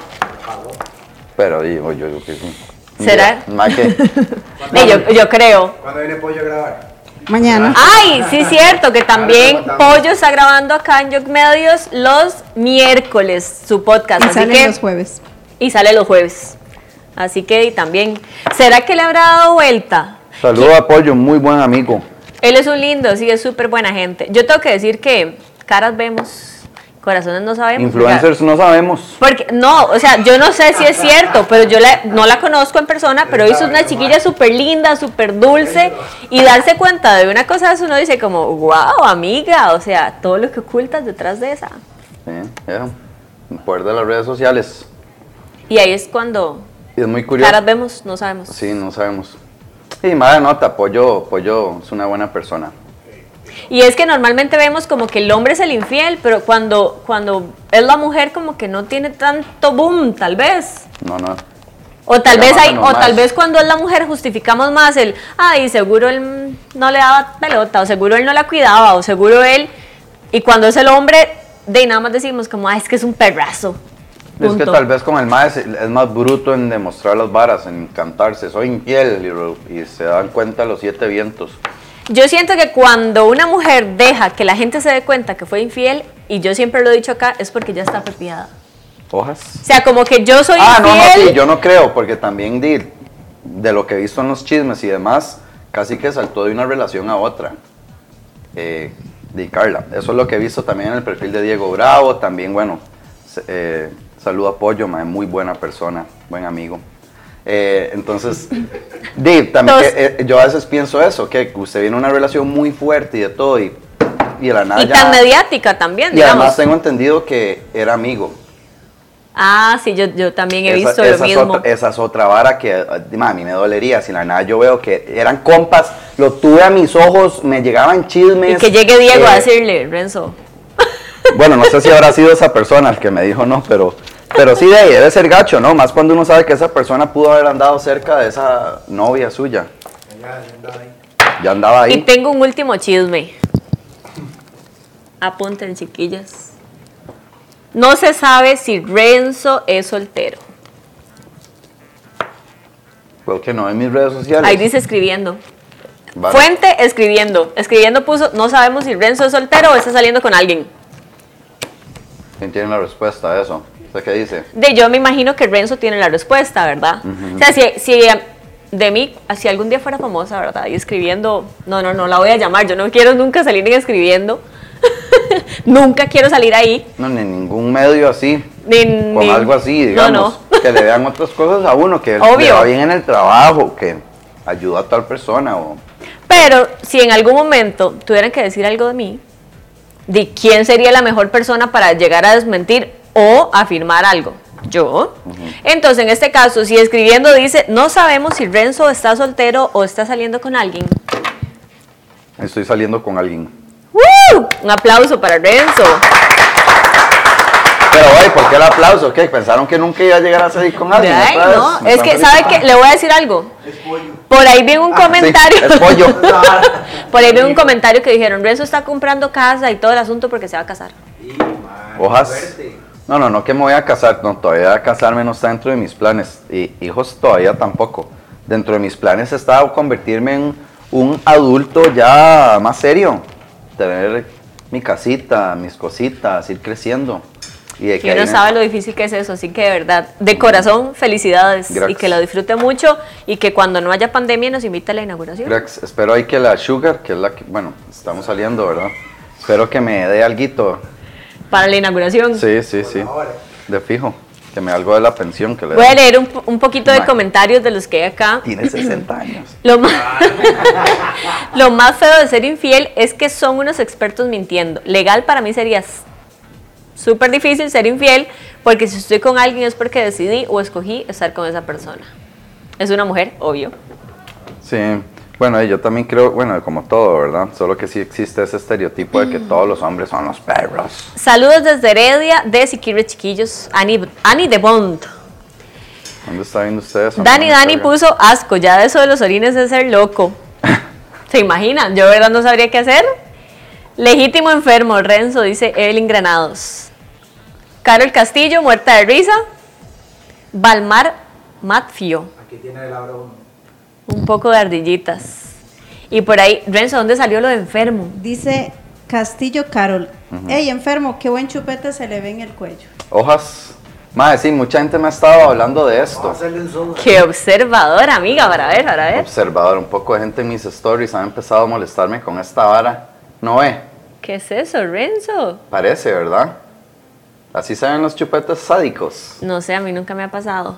S2: Pero digo, yo digo que sí.
S1: ¿Será?
S2: Mira, Más que.
S1: Eh, yo, yo creo.
S3: ¿Cuándo viene Pollo a grabar?
S4: Mañana.
S1: Ay, sí, cierto, que también
S3: Ahora estamos.
S1: Pollo está grabando acá en Yoc Medios los miércoles su podcast.
S4: Y
S1: Ah, así
S4: sale
S1: que,
S4: los jueves.
S1: y sale los jueves. Así que y también. ¿Será que le habrá dado vuelta?
S2: Saludo a Pollo, muy buen amigo.
S1: Él es un lindo, sí, es súper buena gente. Yo tengo que decir que caras vemos, corazones no sabemos.
S2: Influencers no sabemos.
S1: Porque, no, o sea, yo no sé si es cierto, pero yo la- no la conozco en persona, pero hizo una chiquilla súper linda, súper dulce, y darse cuenta de una cosa de eso, uno dice como, wow, amiga, o sea, todo lo que ocultas detrás de esa.
S2: Sí, ya. El poder de las redes sociales.
S1: Y ahí es cuando
S2: Y es muy curioso.
S1: caras vemos, no sabemos.
S2: Sí, no sabemos. Sí, mala nota, Pollo, Pollo es una buena persona.
S1: Y es que normalmente vemos como que el hombre es el infiel, pero cuando, cuando es la mujer como que no tiene tanto boom, tal vez.
S2: No, no.
S1: O tal
S2: Pero
S1: vez hay,
S2: vámonos
S1: o tal
S2: más.
S1: vez cuando es la mujer justificamos más el, ay, seguro él no le daba pelota, o seguro él no la cuidaba, o seguro él, y cuando es el hombre, de ahí nada más decimos como, ay, es que es un perrazo.
S2: Es que
S4: Punto.
S2: tal vez con el más es es más bruto en demostrar las varas, en cantarse. Soy infiel y lo- y, se dan cuenta los siete vientos.
S1: Yo siento que cuando una mujer deja que la gente se dé cuenta que fue infiel, y yo siempre lo he dicho acá, es porque ya está apropiada.
S2: Hojas.
S1: O sea, como que yo soy
S2: Ah, no, no,
S1: infiel.
S2: sí, yo no creo, porque también di- de lo que he visto en los chismes y demás, casi que saltó de una relación a otra. Eh, di Carla, eso es lo que he visto también en el perfil de Diego Bravo, también, bueno, se- eh, saludo a Pollo, mae, muy buena persona, buen amigo. Eh, entonces, di, también
S1: Entonces-
S2: que, eh, yo a veces pienso eso, que usted viene una relación muy fuerte y de todo, y, y de la nada
S1: y
S2: ya-
S1: tan mediática también,
S2: y
S1: digamos.
S2: además tengo entendido que era amigo,
S1: Ah, sí, yo, yo también he
S2: esa-
S1: visto
S2: esa
S1: lo
S2: es
S1: mismo.
S2: otra- esa es otra vara que ah, ma, a mí me dolería. Si la nada yo veo que eran compas, lo tuve a mis ojos, me llegaban chismes.
S1: y que llegue Diego a
S2: eh,
S1: decirle, Renzo,
S2: Bueno, no sé si habrá sido esa persona el que me dijo no, pero, pero sí, de ahí, debe ser gacho, ¿no? Más cuando uno sabe que esa persona pudo haber andado cerca de esa novia suya.
S3: Ya, ya andaba ahí.
S2: Ya andaba
S1: Y
S2: ahí.
S1: tengo un último chisme. Apunten, chiquillas. No se sabe si Renzo es soltero.
S2: Creo que no en mis redes sociales.
S1: Ahí dice escribiendo.
S2: Vale.
S1: Fuente escribiendo. Escribiendo puso, no sabemos si Renzo es soltero o está saliendo con alguien.
S2: ¿Quién tiene la respuesta a eso? ¿Usted qué dice?
S1: De yo me imagino que Renzo tiene la respuesta, ¿verdad? O sea, si, si de mí, si algún día fuera famosa, ¿verdad? Y escribiendo, no, no, no la voy a llamar. Yo no quiero nunca salir en escribiendo. nunca quiero salir ahí.
S2: No, ni ningún medio así.
S1: Ni,
S2: con
S1: ni-
S2: algo así, digamos.
S1: No, no.
S2: Que le vean otras cosas a uno, que le
S1: Obvio.
S2: va bien en el trabajo, que ayuda a tal persona. O,
S1: Pero si en algún momento tuvieran que decir algo de mí, de quién sería la mejor persona para llegar a desmentir o afirmar algo. Yo. Entonces, en este caso, si escribiendo dice, no sabemos si Renzo está soltero o está saliendo con alguien.
S2: estoy saliendo con alguien.
S1: ¡Woo! Un aplauso para Renzo.
S2: Pero, oye, ¿por qué el aplauso? ¿Qué? ¿Pensaron que nunca iba a llegar a salir con alguien?
S1: Ay,
S2: otra vez?
S1: no,
S2: Ah, Me
S1: es que,
S2: están
S1: ¿sabe qué?
S2: felicitando.
S1: Le voy a decir algo.
S3: Es pollo.
S1: Por ahí vi un
S2: Ah, sí,
S1: comentario.
S2: es pollo.
S1: Por ahí vi un comentario que dijeron, Renzo está comprando casa y todo el asunto porque se va a casar.
S3: Y, man,
S2: Hojas.
S3: fuerte.
S2: No, no, no que me voy a casar. No, todavía casarme no está dentro de mis planes. Y hijos todavía tampoco. Dentro de mis planes está convertirme en un adulto ya más serio. Tener mi casita, mis cositas, ir creciendo. Y de que
S1: Que uno
S2: ahí-
S1: sabe lo difícil que es eso, así que de verdad, de corazón, felicidades y
S2: Gracias.
S1: que lo disfrute mucho y que cuando no haya pandemia nos invite a la inauguración.
S2: Grax, espero ahí que la Sugar, que es la que, bueno, estamos saliendo, ¿verdad? Espero que me dé alguito.
S1: Para la inauguración.
S2: Sí, sí, sí.
S3: ahora.
S2: De fijo. Que me dé algo de la pensión que le
S1: Voy a
S2: den.
S1: leer un, po- un poquito de
S2: Vale.
S1: comentarios de los que hay acá.
S2: Tiene 60 años.
S1: Lo más, lo más feo de ser infiel es que son unos expertos mintiendo. Legal para mí sería s- súper difícil ser infiel porque si estoy con alguien es porque decidí o escogí estar con esa persona. Es una mujer, obvio.
S2: Sí. Bueno, y yo también creo, bueno, como todo, ¿verdad? Solo que sí existe ese estereotipo de que todos los hombres son los perros.
S1: Saludos desde Heredia de Siquirre Chiquillos, Ani, Ani de Bond.
S2: ¿Dónde está viendo ustedes?
S1: Dani Dani puso asco, ya de eso de los orines es ser loco. ¿Se imaginan? Yo de verdad no sabría qué hacer. Legítimo enfermo, Renzo, dice Evelyn Granados. Carol Castillo, muerta de risa. Balmar Matfio,
S3: Aquí tiene el abrón.
S1: un poco de ardillitas. Y por ahí, Renzo, ¿dónde salió lo de enfermo?
S4: Dice Castillo Carol. Ey, enfermo, qué buen chupete se le ve en el cuello.
S2: Hojas. Madre, sí, mucha gente me ha estado hablando de
S3: Vamos a
S2: esto.
S3: hacerle un zoom.
S1: Qué observador, amiga, para ver, para ver.
S2: Observador, un poco de gente en mis stories ha empezado a molestarme con esta vara. ¿No ve?
S1: ¿Qué es eso, Renzo?
S2: Parece, ¿verdad? Así se ven los chupetes sádicos.
S1: No sé, a mí nunca me ha pasado.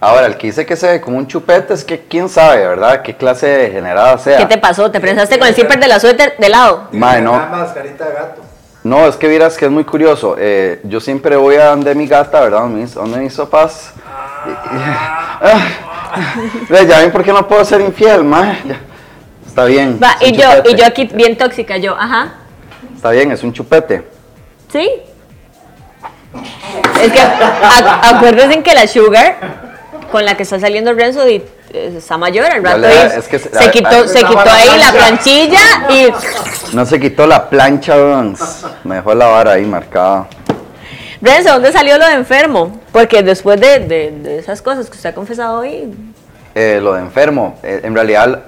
S2: Ahora, el que dice que se ve como un chupete es que quién sabe, ¿verdad? ¿Qué clase de generada sea? eh,
S1: ¿Qué te pasó? ¿Te prensaste con el zipper de la suéter de lado?
S2: Mae, no.
S3: Nada más, carita de gato.
S2: No, es que miras que es muy curioso. eh, yo siempre voy a donde mi gata, ¿verdad? Donde mis, donde mis papás. Y-
S3: Ah,
S2: y- Ve, ya ven por qué no puedo ser infiel, ma. Ya. Está bien.
S1: Va,
S2: es un
S1: y yo,
S2: chupete.
S1: y yo aquí bien tóxica, yo, ajá.
S2: Está bien, es un chupete.
S1: ¿Sí? Es que a- acuérdense que la Sugar con la que está saliendo Renzo di- eh, está mayor, al rato
S2: le da-
S1: es-
S2: es que se-
S1: se
S2: a-
S1: quitó,
S2: a-
S1: se quitó ahí la planchilla y
S2: No se quitó la plancha, weón. Me dejó la vara ahí marcada.
S1: Renzo, ¿dónde salió lo de enfermo? Porque después de, de- de esas cosas que usted ha confesado hoy,
S2: Eh, lo de enfermo. eh, en realidad,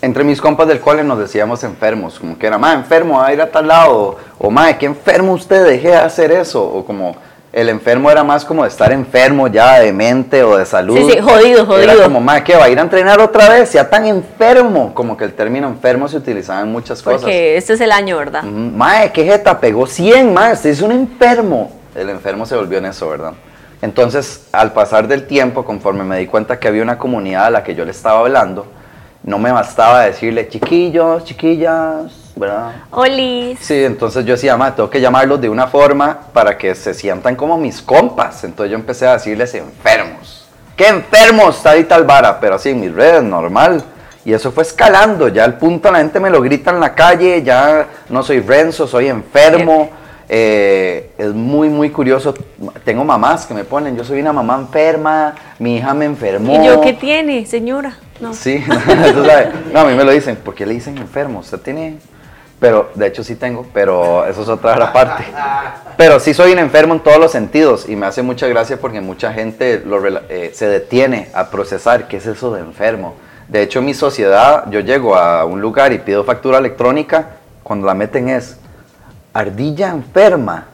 S2: entre mis compas del cole nos decíamos enfermos. Como que era, más enfermo, va a ir a tal lado. O, mae, qué enfermo usted, deje de hacer eso. O como, el enfermo era más como de estar enfermo ya de mente o de salud.
S1: Sí, sí, jodido, jodido.
S2: Era como, mae, ¿qué? ¿Va a ir a entrenar otra vez? Ya tan enfermo. Como que el término enfermo se utilizaba en muchas cosas.
S1: porque este es el año, ¿verdad?
S2: Mm, Mae, qué jeta, pegó 100, mae, usted es un enfermo. El enfermo se volvió en eso, ¿verdad? Entonces, al pasar del tiempo, conforme me di cuenta que había una comunidad a la que yo le estaba hablando, no me bastaba decirle chiquillos, chiquillas, ¿verdad?
S1: Olis.
S2: Sí, entonces yo decía, mae, tengo que llamarlos de una forma para que se sientan como mis compas. Entonces yo empecé a decirles enfermos. ¡Qué enfermos! Tal y tal vara, pero así en mis redes, normal. Y eso fue escalando, ya al punto la gente me lo grita en la calle, ya no soy Renzo, soy enfermo. Eh, es muy, muy curioso. Tengo mamás que me ponen, yo soy una mamá enferma, mi hija me enfermó.
S1: ¿Y yo qué tiene, señora? No.
S2: Sí, tú sabes. No, a mí me lo dicen, ¿por qué le dicen enfermo? Usted tiene... Pero, de hecho sí tengo, pero eso es otra hora aparte. Pero sí soy un enfermo en todos los sentidos y me hace mucha gracia porque mucha gente lo rela- eh, se detiene a procesar qué es eso de enfermo. De hecho, en mi sociedad, yo llego a un lugar y pido factura electrónica, cuando la meten es ardilla enferma.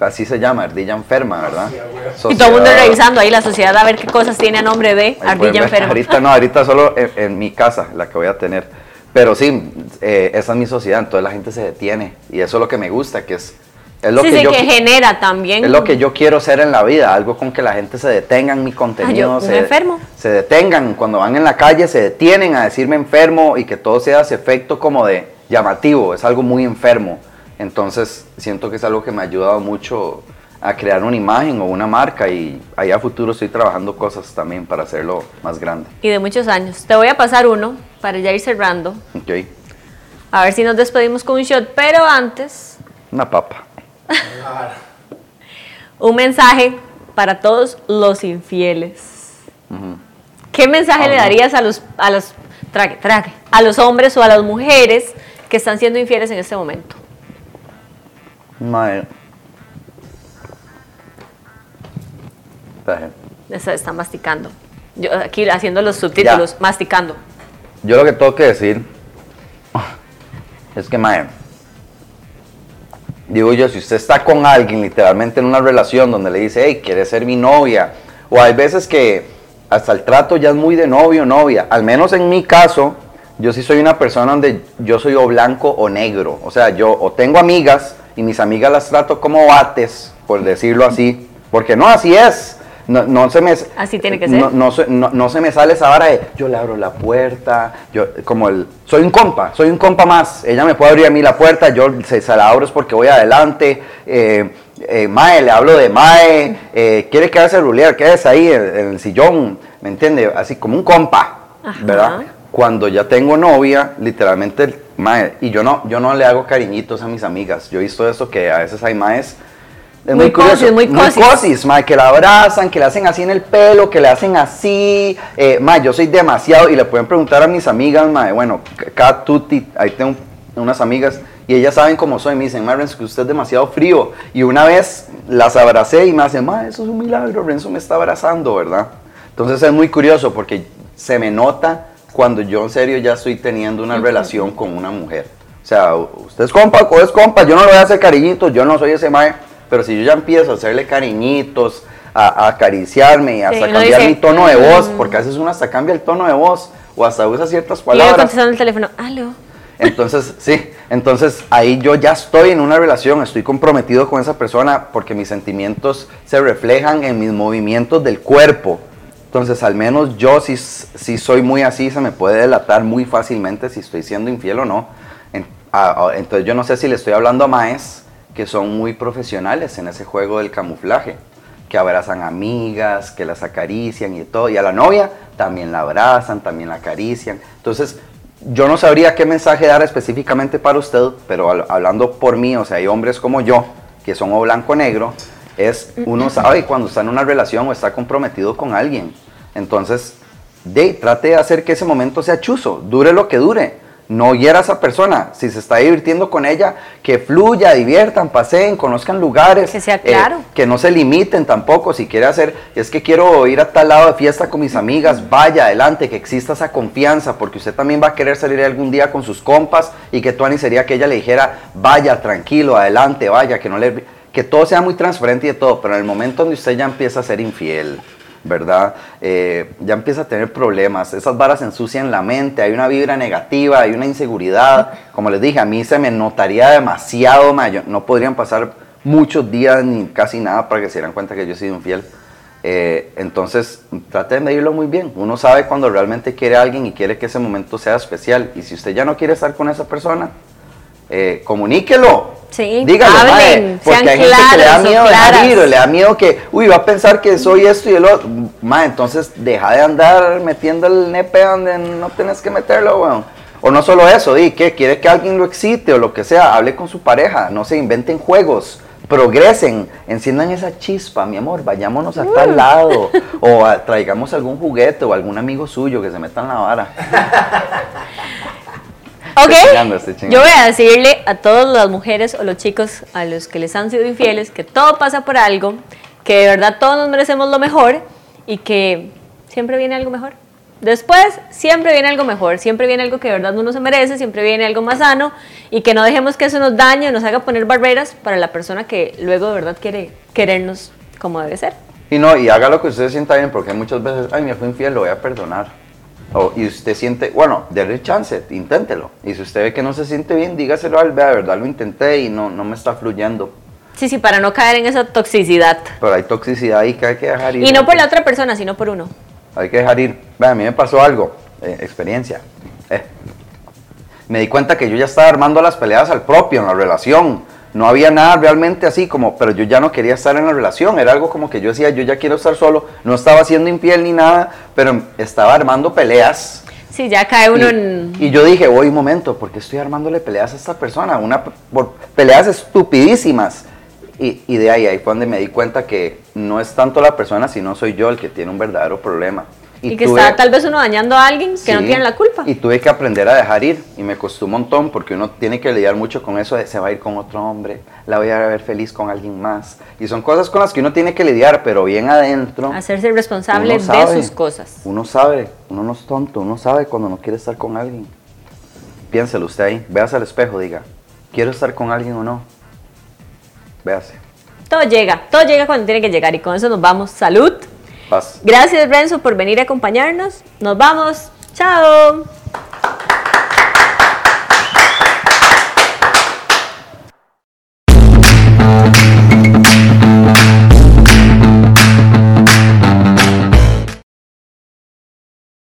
S2: Así se llama, ardilla enferma, ¿verdad?
S1: Y todo el mundo
S2: Sociedad-
S1: revisando ahí la sociedad a ver qué cosas tiene a nombre de
S2: Ahí pueden
S1: ardilla
S2: ver.
S1: enferma.
S2: Ahorita no, ahorita solo en, en mi casa, la que voy a tener. Pero sí, eh, esa es mi sociedad, entonces la gente se detiene. Y eso es lo que me gusta, que es, es lo
S1: sí,
S2: que
S1: sí,
S2: yo
S1: que
S2: qui-
S1: genera también.
S2: es lo que yo quiero ser en la vida, algo con que la gente se detenga en mi contenido.
S1: Ah, un
S2: se,
S1: enfermo.
S2: se detengan, cuando van en la calle se detienen a decirme enfermo y que todo sea ese efecto como de llamativo, es algo muy enfermo. Entonces siento que es algo que me ha ayudado mucho a crear una imagen o una marca y allá a futuro estoy trabajando cosas también para hacerlo más grande.
S1: Y de muchos años. Te voy a pasar uno para ya ir cerrando.
S2: Ok,
S1: A ver si nos despedimos con un shot. Pero antes,
S2: una papa.
S1: un mensaje para todos los infieles. ¿Qué mensaje le darías a los, a los trague, trague, a los hombres o a las mujeres que están siendo infieles en este momento?
S2: Mae. Espera.
S1: Está, está masticando. Yo aquí haciendo los subtítulos, masticando.
S2: Yo lo que tengo que decir es que, mae, digo yo, si usted está con alguien literalmente en una relación donde le dice, hey, ¿quieres ser mi novia? O hay veces que hasta el trato ya es muy de novio o novia. Al menos en mi caso, yo sí soy una persona donde yo soy o blanco o negro. O sea, yo o tengo amigas y mis amigas las trato como bates, por decirlo así. Porque no, así es. No, no se me...
S1: Así tiene que ser.
S2: No- no, se- no- no se me sale esa vara de yo le abro la puerta, yo como el soy un compa, soy un compa más, ella me puede abrir a mí la puerta, yo se, se la abro es porque voy adelante, eh, eh, Mae, le hablo de Mae, eh, quiere quedarse rulear, quédese ahí en, en el sillón, ¿me entiende? Así como un compa,
S1: Ajá.
S2: ¿verdad? Cuando ya tengo novia, literalmente, mae, y yo no, yo no le hago cariñitos a mis amigas, yo he visto eso que a veces hay maes es
S1: Muy
S2: muy, curioso.
S1: cosis, muy cosis.
S2: mae, que la abrazan, que le hacen así en el pelo, que le hacen así. Eh, mae, yo soy demasiado. Y le pueden preguntar a mis amigas, mae, bueno, c- cada tuti, ahí tengo unas amigas, y ellas saben cómo soy. Me dicen, mae, Renzo, que usted es demasiado frío. Y una vez las abracé y me hacen, mae, eso es un milagro, Renzo me está abrazando, ¿verdad? Entonces es muy curioso porque se me nota cuando yo en serio ya estoy teniendo una relación con una mujer. O sea, usted es compa o es compa, yo no le voy a hacer cariñitos, yo no soy ese mae, pero si yo ya empiezo a hacerle cariñitos, a, a acariciarme y hasta
S1: uno
S2: cambiar
S1: dice, "Mm".
S2: mi tono de voz, porque a veces uno hasta cambia el tono de voz o hasta usa ciertas
S1: Y yo
S2: palabras.
S1: contestando el teléfono, aló.
S2: Entonces, sí, entonces ahí yo ya estoy en una relación, estoy comprometido con esa persona porque mis sentimientos se reflejan en mis movimientos del cuerpo. Entonces, al menos yo si, si soy muy así, se me puede delatar muy fácilmente si estoy siendo infiel o no. En- a- a- entonces, yo no sé si le estoy hablando a maes que son muy profesionales en ese juego del camuflaje, que abrazan amigas, que las acarician y todo, y a la novia también la abrazan, también la acarician. Entonces, yo no sabría qué mensaje dar específicamente para usted, pero al- hablando por mí, o sea, hay hombres como yo, que son o blanco o negro, es uno sabe cuando está en una relación o está comprometido con alguien. Entonces, de, trate de hacer que ese momento sea chuzo, dure lo que dure. No hiera a esa persona. Si se está divirtiendo con ella, que fluya, diviertan, paseen, conozcan lugares. eh,
S1: Que sea claro.
S2: que no se limiten tampoco. Si quiere hacer, es que quiero ir a tal lado de fiesta con mis amigas, vaya adelante, que exista esa confianza, porque usted también va a querer salir algún día con sus compas y que Tuani sería que ella le dijera, vaya, tranquilo, adelante, vaya, que no le. Que todo sea muy transparente y de todo, pero en el momento donde usted ya empieza a ser infiel, ¿verdad? Eh, ya empieza a tener problemas, esas varas ensucian la mente, hay una vibra negativa, hay una inseguridad, como les dije, a mí se me notaría demasiado, ma, yo- no podrían pasar muchos días ni casi nada para que se dieran cuenta que yo he sido infiel. Eh, entonces, trate de medirlo muy bien. Uno sabe cuando realmente quiere a alguien y quiere que ese momento sea especial. Y si usted ya no quiere estar con esa persona, eh, comuníquelo.
S1: Sí,
S2: Dígalo,
S1: hablen,
S2: mae, porque
S1: sean
S2: hay gente que le da
S1: claros o
S2: miedo dejar
S1: claras.
S2: ir, o le da miedo que, uy, va a pensar que soy esto y el otro. Mae, entonces deja de andar metiendo el nepe donde no tienes que meterlo, weón. O no solo eso, di que quiere que alguien lo excite o lo que sea, hable con su pareja, no se inventen juegos, progresen, enciendan esa chispa, mi amor, vayámonos a
S1: Mm.
S2: tal lado, o a- traigamos algún juguete o algún amigo suyo que se meta en la vara.
S1: Ok,
S2: Estoy chingando, estoy chingando.
S1: yo voy a decirle a todas las mujeres o los chicos a los que les han sido infieles que todo pasa por algo, que de verdad todos nos merecemos lo mejor y que siempre viene algo mejor. Después, siempre viene algo mejor, siempre viene algo que de verdad uno se merece, siempre viene algo más sano y que no dejemos que eso nos dañe, nos haga poner barreras para la persona que luego de verdad quiere querernos como debe ser.
S2: Y no, y haga lo que usted se sienta bien, porque muchas veces, ay, me fui infiel, lo voy a perdonar. O, y usted siente, bueno, déle chance, inténtelo. Y si usted ve que no se siente bien, dígaselo al, vea, de verdad lo intenté y no, no me está fluyendo.
S1: Sí, sí, para no caer en esa toxicidad.
S2: Pero hay toxicidad ahí que hay que dejar ir.
S1: Y no por la otra persona, sino por uno.
S2: Hay que dejar ir. Vea, a mí me pasó algo, eh, experiencia. Eh, me di cuenta que yo ya estaba armando las peleas al propio en la relación. No había nada realmente así como, pero yo ya no quería estar en la relación. Era algo como que yo decía, yo ya quiero estar solo. No estaba siendo infiel ni nada, pero estaba armando peleas.
S1: Sí, ya cae uno
S2: Y-
S1: en...
S2: y, yo dije, voy un momento, porque estoy armándole peleas a esta persona, una p- por peleas estupidísimas. Y, y de ahí, ahí fue donde me di cuenta que no es tanto la persona, sino soy yo el que tiene un verdadero problema.
S1: Y, que
S2: tuve-
S1: está tal vez uno dañando a alguien que no
S2: Sí,
S1: tiene la culpa.
S2: Y tuve que aprender a dejar ir. Y me costó un montón porque uno tiene que lidiar mucho con eso de se va a ir con otro hombre, la voy a ver feliz con alguien más. Y son cosas con las que uno tiene que lidiar, pero bien adentro.
S1: Hacerse responsable
S2: uno
S1: de
S2: sabe.
S1: sus cosas.
S2: Uno sabe, uno no es tonto, uno sabe cuando no quiere estar con alguien. Piénselo usted ahí, véase al espejo, diga, ¿quiero estar con alguien o no? Véase.
S1: Todo llega, todo llega cuando tiene que llegar y con eso nos vamos. Salud.
S2: Paz.
S1: Gracias Renzo por venir a acompañarnos. Nos vamos. Chao.